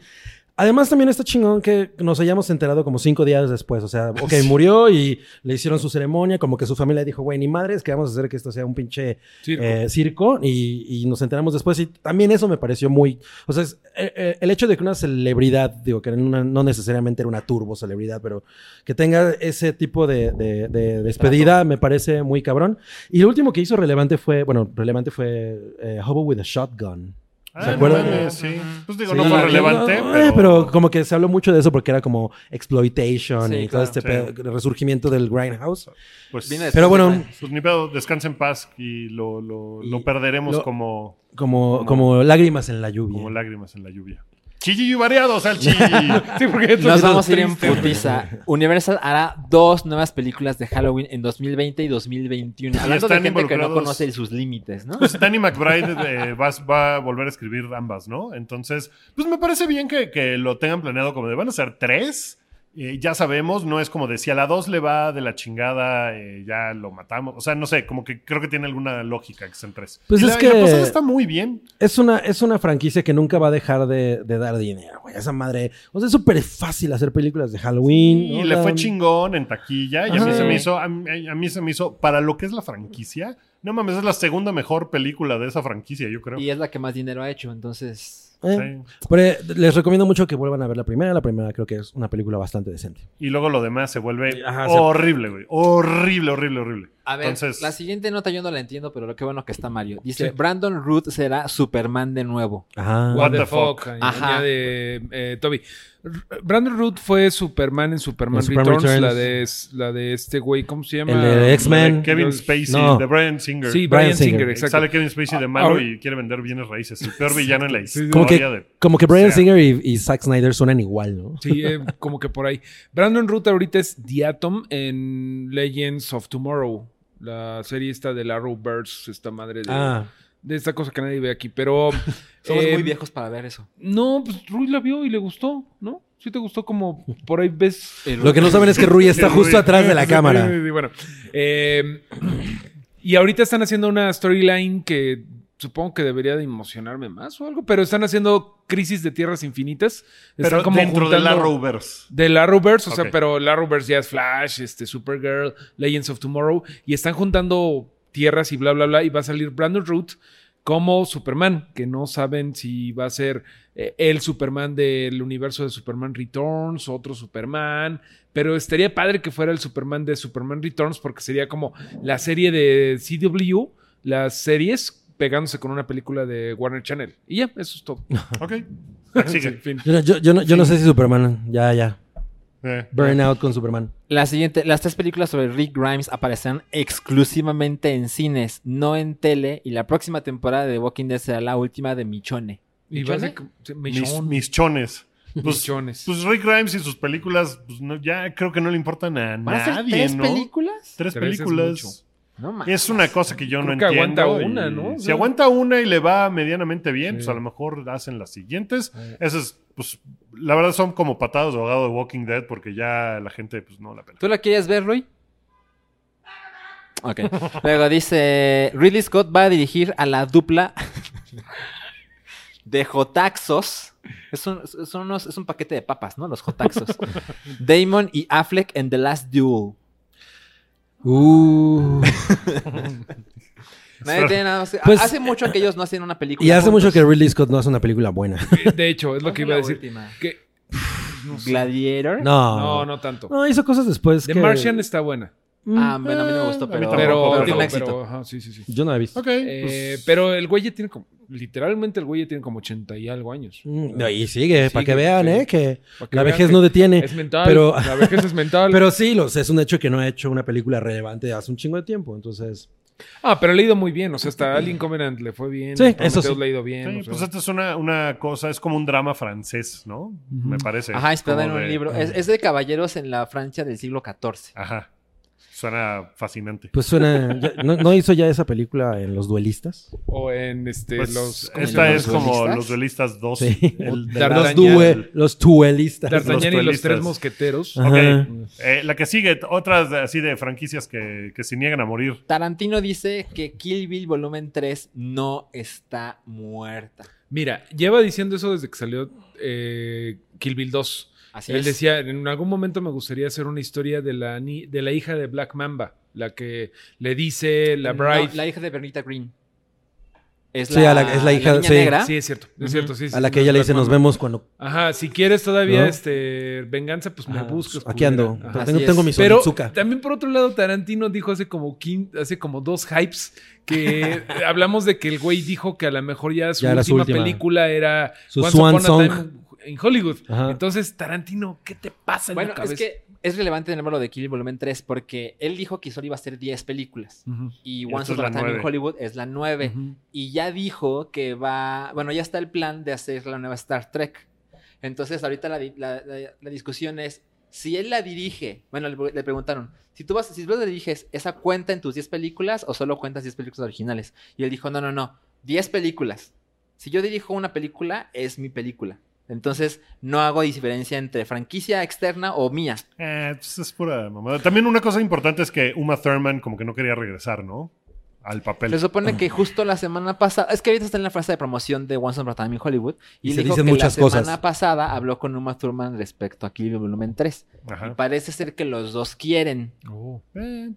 Speaker 3: Además, también está chingón que nos hayamos enterado como cinco días después. O sea, ok, murió y le hicieron su ceremonia, como que su familia dijo, güey, ni madres, que vamos a hacer que esto sea un pinche
Speaker 4: Circo.
Speaker 3: eh, circo y, y nos enteramos después y también eso me pareció muy, o sea, es- eh, eh, el hecho de que una celebridad, digo, que una- no necesariamente era una turbo celebridad, pero que tenga ese tipo de, de- de despedida me parece muy cabrón. Y lo último que hizo relevante fue, bueno, relevante fue eh, Hobo with a Shotgun.
Speaker 2: ah,
Speaker 3: ¿se
Speaker 2: no
Speaker 3: acuerdan?
Speaker 2: mames, sí. Pues digo,
Speaker 3: Sí,
Speaker 2: no fue relevante,
Speaker 3: eh,
Speaker 2: pero,
Speaker 3: como que se habló mucho de eso porque era como exploitation
Speaker 5: Sí,
Speaker 3: y todo
Speaker 5: claro,
Speaker 3: este
Speaker 2: sí.
Speaker 3: pedo- el resurgimiento del grindhouse.
Speaker 2: pues,
Speaker 5: Viene
Speaker 3: Pero bueno,
Speaker 5: después
Speaker 2: pues ni pedo, descansa en paz y lo, lo, lo
Speaker 3: Y
Speaker 2: perderemos
Speaker 3: lo-
Speaker 2: como,
Speaker 3: Como, como lágrimas en la lluvia.
Speaker 2: como lágrimas en la lluvia. Chilli y variado,
Speaker 3: [laughs]
Speaker 2: Salchi.
Speaker 4: [laughs] Sí, porque
Speaker 5: Nos
Speaker 4: esto
Speaker 5: vamos
Speaker 4: es
Speaker 5: a ir en
Speaker 4: triste, güey.
Speaker 5: putiza. Universal hará dos nuevas películas de Halloween en 2020 y 2021.
Speaker 2: Y
Speaker 5: Hablando de
Speaker 2: están
Speaker 5: gente que no
Speaker 2: involucrados-
Speaker 5: conoce sus límites, ¿no?
Speaker 2: Pues Danny McBride eh, va, va a volver a escribir ambas, ¿no? Entonces, pues me parece bien que, que lo tengan planeado como de van a ser tres. Eh, ya sabemos, no es como de si a la dos le va de la chingada, eh, ya lo matamos. O sea, no sé, como que creo que tiene alguna lógica que sean tres.
Speaker 3: Pues
Speaker 2: Y
Speaker 3: es
Speaker 2: la,
Speaker 3: que-
Speaker 2: y la pasada está muy bien.
Speaker 3: Es una, es una franquicia que nunca va a dejar de, de dar dinero, güey. Esa madre. O sea, es súper fácil hacer películas de Halloween.
Speaker 2: Y
Speaker 3: ¿no?
Speaker 2: le
Speaker 3: O
Speaker 2: fue
Speaker 3: sea,
Speaker 2: chingón en taquilla. Y a mí,
Speaker 3: Ajá.
Speaker 2: se me hizo, a, mí, a mí se me hizo, para lo que es la franquicia, no mames, es la segunda mejor película de esa franquicia, yo creo.
Speaker 5: Y es la que más dinero ha hecho, entonces...
Speaker 3: eh,
Speaker 2: Sí.
Speaker 3: pero, eh, les recomiendo mucho que vuelvan a ver la primera. La primera creo que es una película bastante decente.
Speaker 2: Y luego lo demás se vuelve
Speaker 3: Ajá, se-
Speaker 2: horrible, güey. Horrible, horrible, horrible.
Speaker 5: A ver,
Speaker 2: Entonces-
Speaker 5: la siguiente nota yo no la entiendo, pero lo que bueno que está Mario. Dice,
Speaker 4: Sí.
Speaker 5: Brandon Root será Superman de nuevo.
Speaker 3: Ajá.
Speaker 4: What, the,
Speaker 2: the
Speaker 4: fuck.
Speaker 2: fuck.
Speaker 4: compañía
Speaker 5: Ajá.
Speaker 4: de eh, Toby. R- Brandon Root fue Superman en Superman,
Speaker 3: En Superman
Speaker 4: Returns,
Speaker 3: Returns.
Speaker 4: La, de, la de este güey, ¿cómo se llama?
Speaker 3: El de X-Men.
Speaker 2: De Kevin
Speaker 4: Los-
Speaker 2: Spacey,
Speaker 3: no.
Speaker 2: de Brian Singer.
Speaker 4: Sí,
Speaker 3: Bryan
Speaker 4: Brian Singer,
Speaker 3: Singer.
Speaker 4: exacto. Ah,
Speaker 2: Sale Kevin Spacey de malo
Speaker 4: Ahora-
Speaker 2: y quiere vender bienes raíces. El peor villano en la
Speaker 4: Sí, sí.
Speaker 2: historia
Speaker 3: Como que,
Speaker 2: de...
Speaker 3: como que Brian
Speaker 2: o sea-
Speaker 3: Singer y, y Zack Snyder suenan igual, ¿no?
Speaker 4: Sí, eh, como que por ahí. Brandon Root ahorita es The Atom en Legends of Tomorrow. La serie esta de la Arrowverse, esta madre de,
Speaker 3: Ah,
Speaker 4: de esta cosa que nadie ve aquí. Pero.
Speaker 5: [laughs] Somos
Speaker 4: eh,
Speaker 5: muy viejos para ver eso.
Speaker 4: No, pues Rui la vio y le gustó, ¿no? Sí te gustó como por ahí ves
Speaker 3: lo que no saben es que Rui
Speaker 4: [laughs]
Speaker 3: está justo atrás de la
Speaker 4: Sí, sí, [laughs]
Speaker 3: cámara.
Speaker 4: em, sí, bueno. Eh, y ahorita están haciendo una storyline que supongo que debería de emocionarme más o algo, pero están haciendo Crisis de Tierras Infinitas.
Speaker 2: Pero
Speaker 4: Están como
Speaker 2: dentro del
Speaker 4: juntando-
Speaker 2: Arrowverse.
Speaker 4: Del Arrowverse, o
Speaker 2: Ok.
Speaker 4: sea, pero el Arrowverse ya es Flash, este, Supergirl, Legends of Tomorrow, y están juntando tierras y bla, bla, bla, y va a salir Brandon Root como Superman, que no saben si va a ser eh, el Superman del universo de Superman Returns, otro Superman, pero estaría padre que fuera el Superman de Superman Returns porque sería como la serie de CW, las series pegándose con una película de Warner Channel. Y ya, eso
Speaker 2: [laughs]
Speaker 4: es todo. [laughs]
Speaker 2: Ok.
Speaker 4: En
Speaker 2: Sigue.
Speaker 4: fin.
Speaker 3: Yo, no- yo- yo no, yo no sé si Superman, ya, ya.
Speaker 2: Eh,
Speaker 3: Burnout con Superman.
Speaker 5: La siguiente, las tres películas sobre Rick Grimes aparecerán exclusivamente en cines, no en tele, y la próxima temporada de Walking Dead será la última de Michonne.
Speaker 4: Y va a ser como-
Speaker 2: mis,
Speaker 4: Michonne.
Speaker 2: mis
Speaker 4: [laughs]
Speaker 2: chones. Pues,
Speaker 4: Michones.
Speaker 2: pues Rick Grimes y sus películas, pues no, ya creo que no le importan a
Speaker 5: ¿Van a ser
Speaker 2: nadie,
Speaker 5: tres
Speaker 2: ¿no?
Speaker 5: películas?
Speaker 2: Tres
Speaker 4: Tres es mucho.
Speaker 2: películas.
Speaker 5: No mames.
Speaker 2: Es una cosa que yo
Speaker 4: Creo
Speaker 2: no
Speaker 4: que
Speaker 2: entiendo.
Speaker 4: aguanta
Speaker 2: y
Speaker 4: una, ¿no? O
Speaker 2: Si
Speaker 4: sea-
Speaker 2: aguanta una y le va medianamente bien,
Speaker 4: Sí.
Speaker 2: pues a lo mejor hacen las siguientes. Esas, pues, la verdad son como patadas de ahogado de Walking Dead porque ya la gente, pues, no la pela.
Speaker 5: ¿Tú la quieres ver, Roy?
Speaker 3: [laughs]
Speaker 5: Ok. Luego dice, Ridley Scott va a dirigir a la dupla de Jotaxos. Es un, son unos- es un paquete de papas, ¿no?
Speaker 3: [laughs]
Speaker 5: Los Jotaxos. Damon y Affleck en The Last Duel.
Speaker 3: Uh.
Speaker 5: Nadie tiene nada más que-
Speaker 3: Pues-
Speaker 5: hace mucho que ellos no hacen una película.
Speaker 3: Y hace mucho que
Speaker 5: juntos.
Speaker 3: Ridley Scott no hace una película buena. [laughs]
Speaker 4: Eh, [laughs] De hecho, es lo que iba a
Speaker 5: La
Speaker 4: decir.
Speaker 5: última.
Speaker 4: Que,
Speaker 5: Gladiator.
Speaker 3: No.
Speaker 4: no, no tanto.
Speaker 3: No, hizo cosas después.
Speaker 4: The
Speaker 3: que-
Speaker 4: Martian está buena.
Speaker 3: Mm,
Speaker 5: Ah, bueno, a mí no me gustó,
Speaker 2: a mí
Speaker 5: pero,
Speaker 2: tampoco,
Speaker 4: Pero,
Speaker 5: pero
Speaker 4: digo,
Speaker 5: fue un
Speaker 4: pero,
Speaker 5: éxito.
Speaker 4: ajá, sí, sí, sí.
Speaker 3: Yo no la he visto.
Speaker 2: Ok.
Speaker 4: Eh,
Speaker 2: pues,
Speaker 4: pero el güey ya tiene como. Literalmente el güey ya tiene como 80 y algo años.
Speaker 3: Mm, no, y sigue, para que
Speaker 4: Sigue,
Speaker 3: vean,
Speaker 4: sí.
Speaker 3: ¿eh? Que
Speaker 4: Para que
Speaker 3: la
Speaker 4: vean
Speaker 3: vejez
Speaker 4: que
Speaker 3: no detiene.
Speaker 4: Es mental.
Speaker 3: pero-
Speaker 4: La vejez es mental.
Speaker 3: [laughs] Pero sí, los, es un hecho que no ha hecho una película relevante hace un chingo de tiempo. Entonces,
Speaker 4: ah, pero le ha ido muy bien. O sea, hasta Alien Covenant le fue bien.
Speaker 3: Sí,
Speaker 4: los Prometheus
Speaker 3: eso sí.
Speaker 4: le ha ido
Speaker 2: sí,
Speaker 4: bien. o sea.
Speaker 2: pues esta es una, una cosa, es como un drama francés, ¿no? Me parece.
Speaker 4: este,
Speaker 5: Ajá, inspirada en
Speaker 2: Como
Speaker 5: un
Speaker 2: de- eh,
Speaker 5: libro. Es,
Speaker 4: eh,
Speaker 5: es de caballeros en la Francia del siglo XIV.
Speaker 2: Ajá. Suena fascinante.
Speaker 3: pues suena. ya- no, no hizo ya esa película en Los Duelistas?
Speaker 4: o en este,
Speaker 2: Pues,
Speaker 4: los. ¿cómo se
Speaker 2: esta
Speaker 4: llama?
Speaker 2: es como
Speaker 5: duelistas?
Speaker 2: Los Duelistas 2.
Speaker 3: Sí.
Speaker 2: El de
Speaker 4: Dark
Speaker 2: la-
Speaker 3: Los,
Speaker 4: D'Artagnan.
Speaker 3: due, los duelistas.
Speaker 4: D'Artagnan y los
Speaker 2: duelistas.
Speaker 4: tres mosqueteros.
Speaker 3: Ajá.
Speaker 2: Ok. Eh, la que sigue, otras de- así de franquicias que, que se niegan a morir.
Speaker 5: Tarantino dice que Kill Bill Volumen 3 no está muerta.
Speaker 4: Mira, lleva diciendo eso desde que salió eh, Kill Bill 2.
Speaker 5: Así
Speaker 4: Él
Speaker 5: es.
Speaker 4: decía, en algún momento me gustaría hacer una historia de la, ni- de la hija de Black Mamba, la que le dice la
Speaker 5: No,
Speaker 4: Bride.
Speaker 5: la hija de Bernita Green. Es
Speaker 3: Sí, a la- es la hija-
Speaker 5: niña
Speaker 3: sí.
Speaker 5: negra.
Speaker 4: Sí, es cierto, es
Speaker 5: Ujú.
Speaker 4: cierto, sí. sí,
Speaker 3: a la
Speaker 4: sí,
Speaker 3: que ella le
Speaker 4: Black
Speaker 3: dice, nos
Speaker 4: Mamba".
Speaker 3: vemos cuando.
Speaker 4: Ajá, si quieres todavía
Speaker 3: ¿No?
Speaker 4: este, venganza, pues me
Speaker 3: Ajá,
Speaker 4: buscas.
Speaker 3: Aquí
Speaker 4: culera.
Speaker 3: ando.
Speaker 4: Ajá.
Speaker 3: Tengo,
Speaker 5: Así
Speaker 3: tengo
Speaker 5: es.
Speaker 3: mi
Speaker 4: Pero
Speaker 3: Sonizuka.
Speaker 4: también por otro lado, Tarantino dijo hace como, quin- hace como dos hypes que
Speaker 3: [laughs]
Speaker 4: hablamos de que el güey dijo que a lo mejor ya su
Speaker 3: Ya era su
Speaker 4: última
Speaker 3: última.
Speaker 4: película era
Speaker 3: Su swan song.
Speaker 4: en Hollywood.
Speaker 3: Ajá.
Speaker 4: Entonces, Tarantino, ¿qué te pasa en
Speaker 5: Bueno,
Speaker 4: la
Speaker 5: es
Speaker 4: cabeza?
Speaker 5: que es relevante el número de Kill Bill Volumen 3 porque él dijo que solo iba a ser 10 películas.
Speaker 4: Ujú.
Speaker 5: Y
Speaker 2: Esta
Speaker 5: Once
Speaker 2: es
Speaker 5: Upon
Speaker 2: la
Speaker 5: a Time in
Speaker 2: nueve.
Speaker 5: Hollywood es la 9.
Speaker 4: Ujú.
Speaker 5: y ya dijo que va, bueno, ya está el plan de hacer la nueva Star Trek. Entonces ahorita la, di- la- la- la discusión es, si él la dirige, bueno, le, le preguntaron, si tú vas, si tú la diriges, ¿esa cuenta en tus 10 películas o solo cuentas 10 películas originales? Y él dijo, no, no, no, 10 películas. Si yo dirijo una película, es mi película. Entonces no hago diferencia entre franquicia externa o mía.
Speaker 2: Eh, pues es pura mamada. También una cosa importante es que Uma Thurman como que no quería regresar, ¿no? Al papel.
Speaker 5: Se supone que justo la semana pasada, es que ahorita está en la frase de promoción de Once Upon a Time in Hollywood y,
Speaker 3: Y se
Speaker 5: dijo
Speaker 3: dicen
Speaker 5: que
Speaker 3: muchas
Speaker 5: la
Speaker 3: cosas.
Speaker 5: semana pasada habló con Uma Thurman respecto a Kill Bill Volumen 3. Y
Speaker 2: Ajá.
Speaker 5: parece ser que los dos quieren.
Speaker 4: Oh.
Speaker 2: Eh,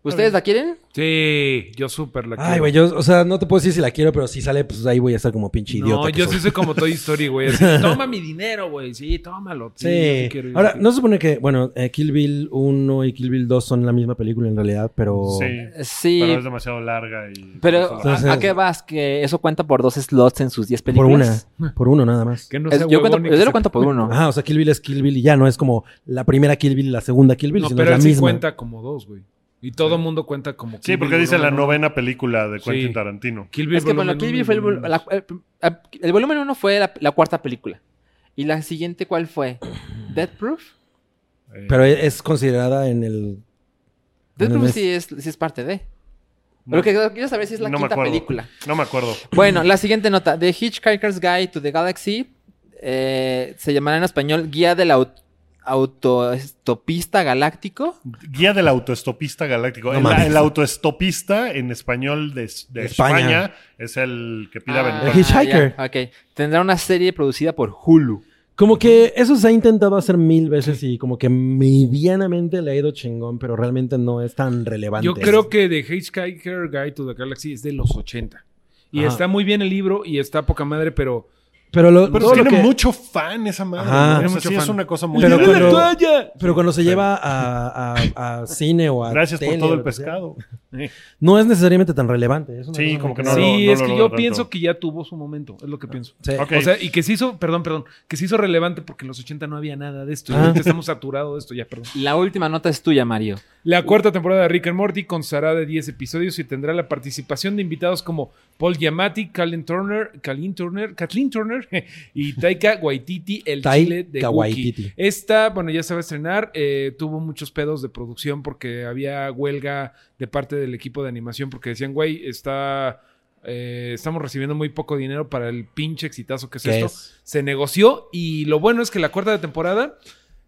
Speaker 2: pues,
Speaker 5: ¿Ustedes
Speaker 2: bien.
Speaker 5: la quieren?
Speaker 4: Sí, yo súper la
Speaker 3: Ay,
Speaker 4: quiero.
Speaker 3: güey, yo, o sea, no te puedo decir si la quiero, pero si sale, pues ahí voy a estar como pinche idiota.
Speaker 4: No,
Speaker 3: que
Speaker 4: yo
Speaker 3: soy.
Speaker 4: sí soy como Toy Story, güey.
Speaker 3: [laughs]
Speaker 4: así, toma mi dinero, güey. Sí, tómalo. Sí. yo
Speaker 3: Sí.
Speaker 4: quiero ir.
Speaker 3: Ahora, no se supone que, bueno, eh, Kill Bill 1 y Kill Bill 2 son la misma película en realidad, pero.
Speaker 2: sí.
Speaker 5: Sí.
Speaker 2: Pero es
Speaker 5: Pero,
Speaker 2: demasiado larga y...
Speaker 5: ¿a-
Speaker 3: Entonces-
Speaker 5: ¿a, qué vas? Que eso cuenta por dos slots en sus 10
Speaker 3: Por una.
Speaker 5: películas.
Speaker 3: [laughs] Por uno nada más.
Speaker 4: Que no
Speaker 5: Es-
Speaker 4: sea
Speaker 5: yo, cuento-
Speaker 4: huevón y
Speaker 5: yo
Speaker 4: que
Speaker 5: lo
Speaker 4: se-
Speaker 5: cuento por uno.
Speaker 3: Ajá, o sea, Kill Bill es Kill Bill y ya no es como la primera Kill Bill y la segunda Kill Bill,
Speaker 4: No,
Speaker 3: sino
Speaker 4: pero
Speaker 3: es
Speaker 4: él
Speaker 3: la
Speaker 4: sí
Speaker 3: misma.
Speaker 4: cuenta como dos, güey. Y todo el mundo cuenta como
Speaker 2: Sí,
Speaker 4: Kill
Speaker 2: porque
Speaker 4: Bill
Speaker 2: dice la
Speaker 4: volumen uno.
Speaker 2: novena película de Quentin
Speaker 4: Sí.
Speaker 2: Tarantino.
Speaker 4: Kill Bill
Speaker 5: Es que bueno,
Speaker 4: volumen
Speaker 5: Kill
Speaker 4: uno
Speaker 5: Bill
Speaker 4: y
Speaker 5: fue el, vol-
Speaker 4: volumen
Speaker 5: la-
Speaker 4: dos.
Speaker 5: el- el volumen 1 fue la, la cuarta película. ¿Y la siguiente cuál fue? Dead Proof.
Speaker 2: Eh,
Speaker 3: Pero e, es- es considerada en el.
Speaker 5: Dead
Speaker 3: Bueno,
Speaker 5: Proof
Speaker 3: es-
Speaker 5: sí es, sí es parte de.
Speaker 2: no,
Speaker 5: Lo que quiero saber si es la
Speaker 2: no me
Speaker 5: quinta
Speaker 2: acuerdo.
Speaker 5: película.
Speaker 2: No me acuerdo.
Speaker 5: Bueno, la siguiente nota. The Hitchhiker's Guide to the Galaxy eh, se llamará en español Guía del au- autoestopista galáctico.
Speaker 2: Guía del autoestopista galáctico.
Speaker 3: No
Speaker 2: el,
Speaker 3: mames.
Speaker 2: el autoestopista en español de, de
Speaker 3: España.
Speaker 2: España. es el que pide
Speaker 5: Ah,
Speaker 2: aventura.
Speaker 3: El Hitchhiker.
Speaker 5: ya, ok. Tendrá una serie producida por Hulu.
Speaker 3: Como que eso se ha intentado hacer mil veces y como que medianamente le ha ido chingón, pero realmente no es tan relevante.
Speaker 4: Yo creo que The Hitchhiker Guide to the Galaxy es de los 80. Y
Speaker 3: Ajá.
Speaker 4: está muy bien el libro y está poca madre, pero...
Speaker 3: Pero, lo,
Speaker 2: Pero
Speaker 3: todo lo
Speaker 2: tiene
Speaker 3: que-
Speaker 2: mucho fan esa madre.
Speaker 3: Ajá.
Speaker 2: ¿no? O
Speaker 4: Tiene
Speaker 2: sea,
Speaker 4: mucho
Speaker 2: sí, es
Speaker 4: fan.
Speaker 2: una cosa muy
Speaker 3: Pero
Speaker 2: Tiene
Speaker 3: cuando-
Speaker 2: la toalla.
Speaker 4: toalla!
Speaker 3: Pero cuando se lleva a, a- a cine o a.
Speaker 2: Gracias por
Speaker 3: tele
Speaker 2: todo
Speaker 3: o
Speaker 2: el
Speaker 3: lo que sea,
Speaker 2: pescado.
Speaker 3: No es necesariamente tan relevante. es una
Speaker 2: Sí,
Speaker 3: cosa
Speaker 2: como que
Speaker 4: Sí,
Speaker 2: no lo- no
Speaker 4: es
Speaker 2: lo
Speaker 4: que
Speaker 2: logró
Speaker 4: yo
Speaker 2: tanto. Ah.
Speaker 4: pienso que ya tuvo su momento, es lo que pienso.
Speaker 3: Sí.
Speaker 2: Ok.
Speaker 4: O sea, y que se hizo, perdón, perdón, que se hizo relevante porque en los 80 no había nada de esto. y
Speaker 3: Ah.
Speaker 4: ahorita estamos saturados de esto ya, perdón.
Speaker 5: La última nota es tuya, Mario.
Speaker 4: La cuarta temporada de Rick and Morty constará de 10 episodios y tendrá la participación de invitados como Paul Giamatti, Colin Turner, Colin Turner, Kathleen Turner [laughs] y Taika Waititi, el
Speaker 3: Tai
Speaker 4: chile de
Speaker 3: Kawaititi.
Speaker 4: Waititi. Esta, bueno, ya se va a estrenar, eh, tuvo muchos pedos de producción porque había huelga de parte del equipo de animación porque decían, güey, está... eh, estamos recibiendo muy poco dinero para el pinche exitazo que es
Speaker 3: ¿Qué
Speaker 4: esto
Speaker 3: es?
Speaker 4: se negoció y lo bueno es que la cuarta temporada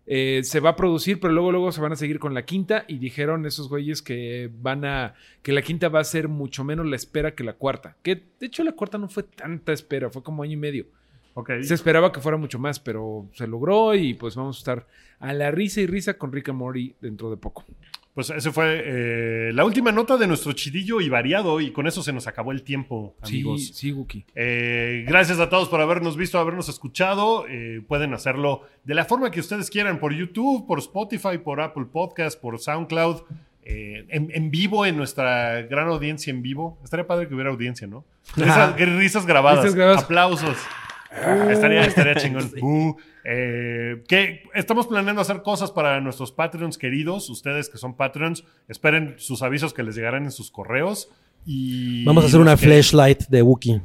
Speaker 4: eh, se va a producir, pero luego luego se van a seguir con la quinta y dijeron esos güeyes que van a que la quinta va a ser mucho menos la espera que la cuarta. Que de hecho la cuarta no fue tanta espera, fue como año y medio.
Speaker 2: Ok.
Speaker 4: Se esperaba que fuera mucho más, pero se logró y pues vamos a estar a la risa y risa con Rick and Morty dentro de poco.
Speaker 2: Pues esa fue eh, la última nota de nuestro chidillo y variado. Y con eso se nos acabó el tiempo, amigos.
Speaker 4: Sí, sí, Wookie.
Speaker 2: Eh, gracias a todos por habernos visto, habernos escuchado. Eh, pueden hacerlo de la forma que ustedes quieran, por YouTube, por Spotify, por Apple Podcast, por SoundCloud, eh, en, en vivo, en nuestra gran audiencia en vivo. Estaría padre que hubiera audiencia, ¿no? Risas, risas grabadas,
Speaker 4: Risas grabadas.
Speaker 2: aplausos.
Speaker 3: Uh.
Speaker 2: Estaría, estaría chingón. Uh, eh, que estamos planeando hacer cosas para nuestros Patreons queridos. Ustedes que son Patreons, esperen sus avisos que les llegarán en sus correos. Y
Speaker 3: Vamos a hacer una
Speaker 2: los que-
Speaker 3: flashlight de Wookiee.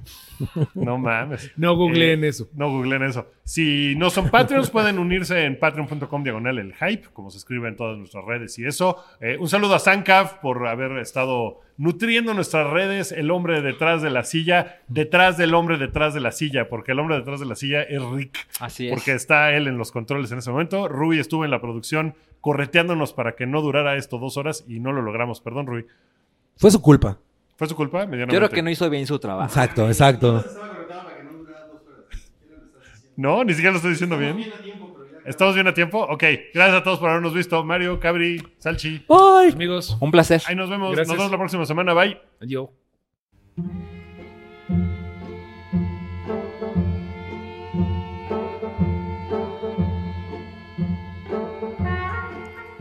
Speaker 2: No mames.
Speaker 4: No googleen
Speaker 2: Eh,
Speaker 4: eso.
Speaker 2: No googleen eso. Si no son Patreons, pueden unirse en patreon.com diagonal el hype, como se escribe en todas nuestras redes y eso. Eh, un saludo a Sankav por haber estado nutriendo nuestras redes, el hombre detrás de la silla, detrás del hombre detrás de la silla, porque el hombre detrás de la silla es Rick,
Speaker 5: Así es.
Speaker 2: porque está él en los controles en ese momento. Rui estuvo en la producción correteándonos para que no durara esto dos horas y no lo logramos. Perdón, Rui.
Speaker 3: Fue su culpa.
Speaker 2: ¿Fue su culpa? Medianamente.
Speaker 5: Yo creo que no hizo bien su trabajo.
Speaker 3: Exacto, exacto.
Speaker 2: No, ni siquiera lo estoy diciendo bien. ¿Estamos bien a tiempo? Ok. Gracias a todos por habernos visto. Mario, Cabri, Salchi.
Speaker 3: ¡Ay!
Speaker 4: Amigos,
Speaker 5: Un placer.
Speaker 2: Ahí nos vemos.
Speaker 4: Gracias.
Speaker 2: Nos vemos la próxima semana. Bye.
Speaker 4: yo.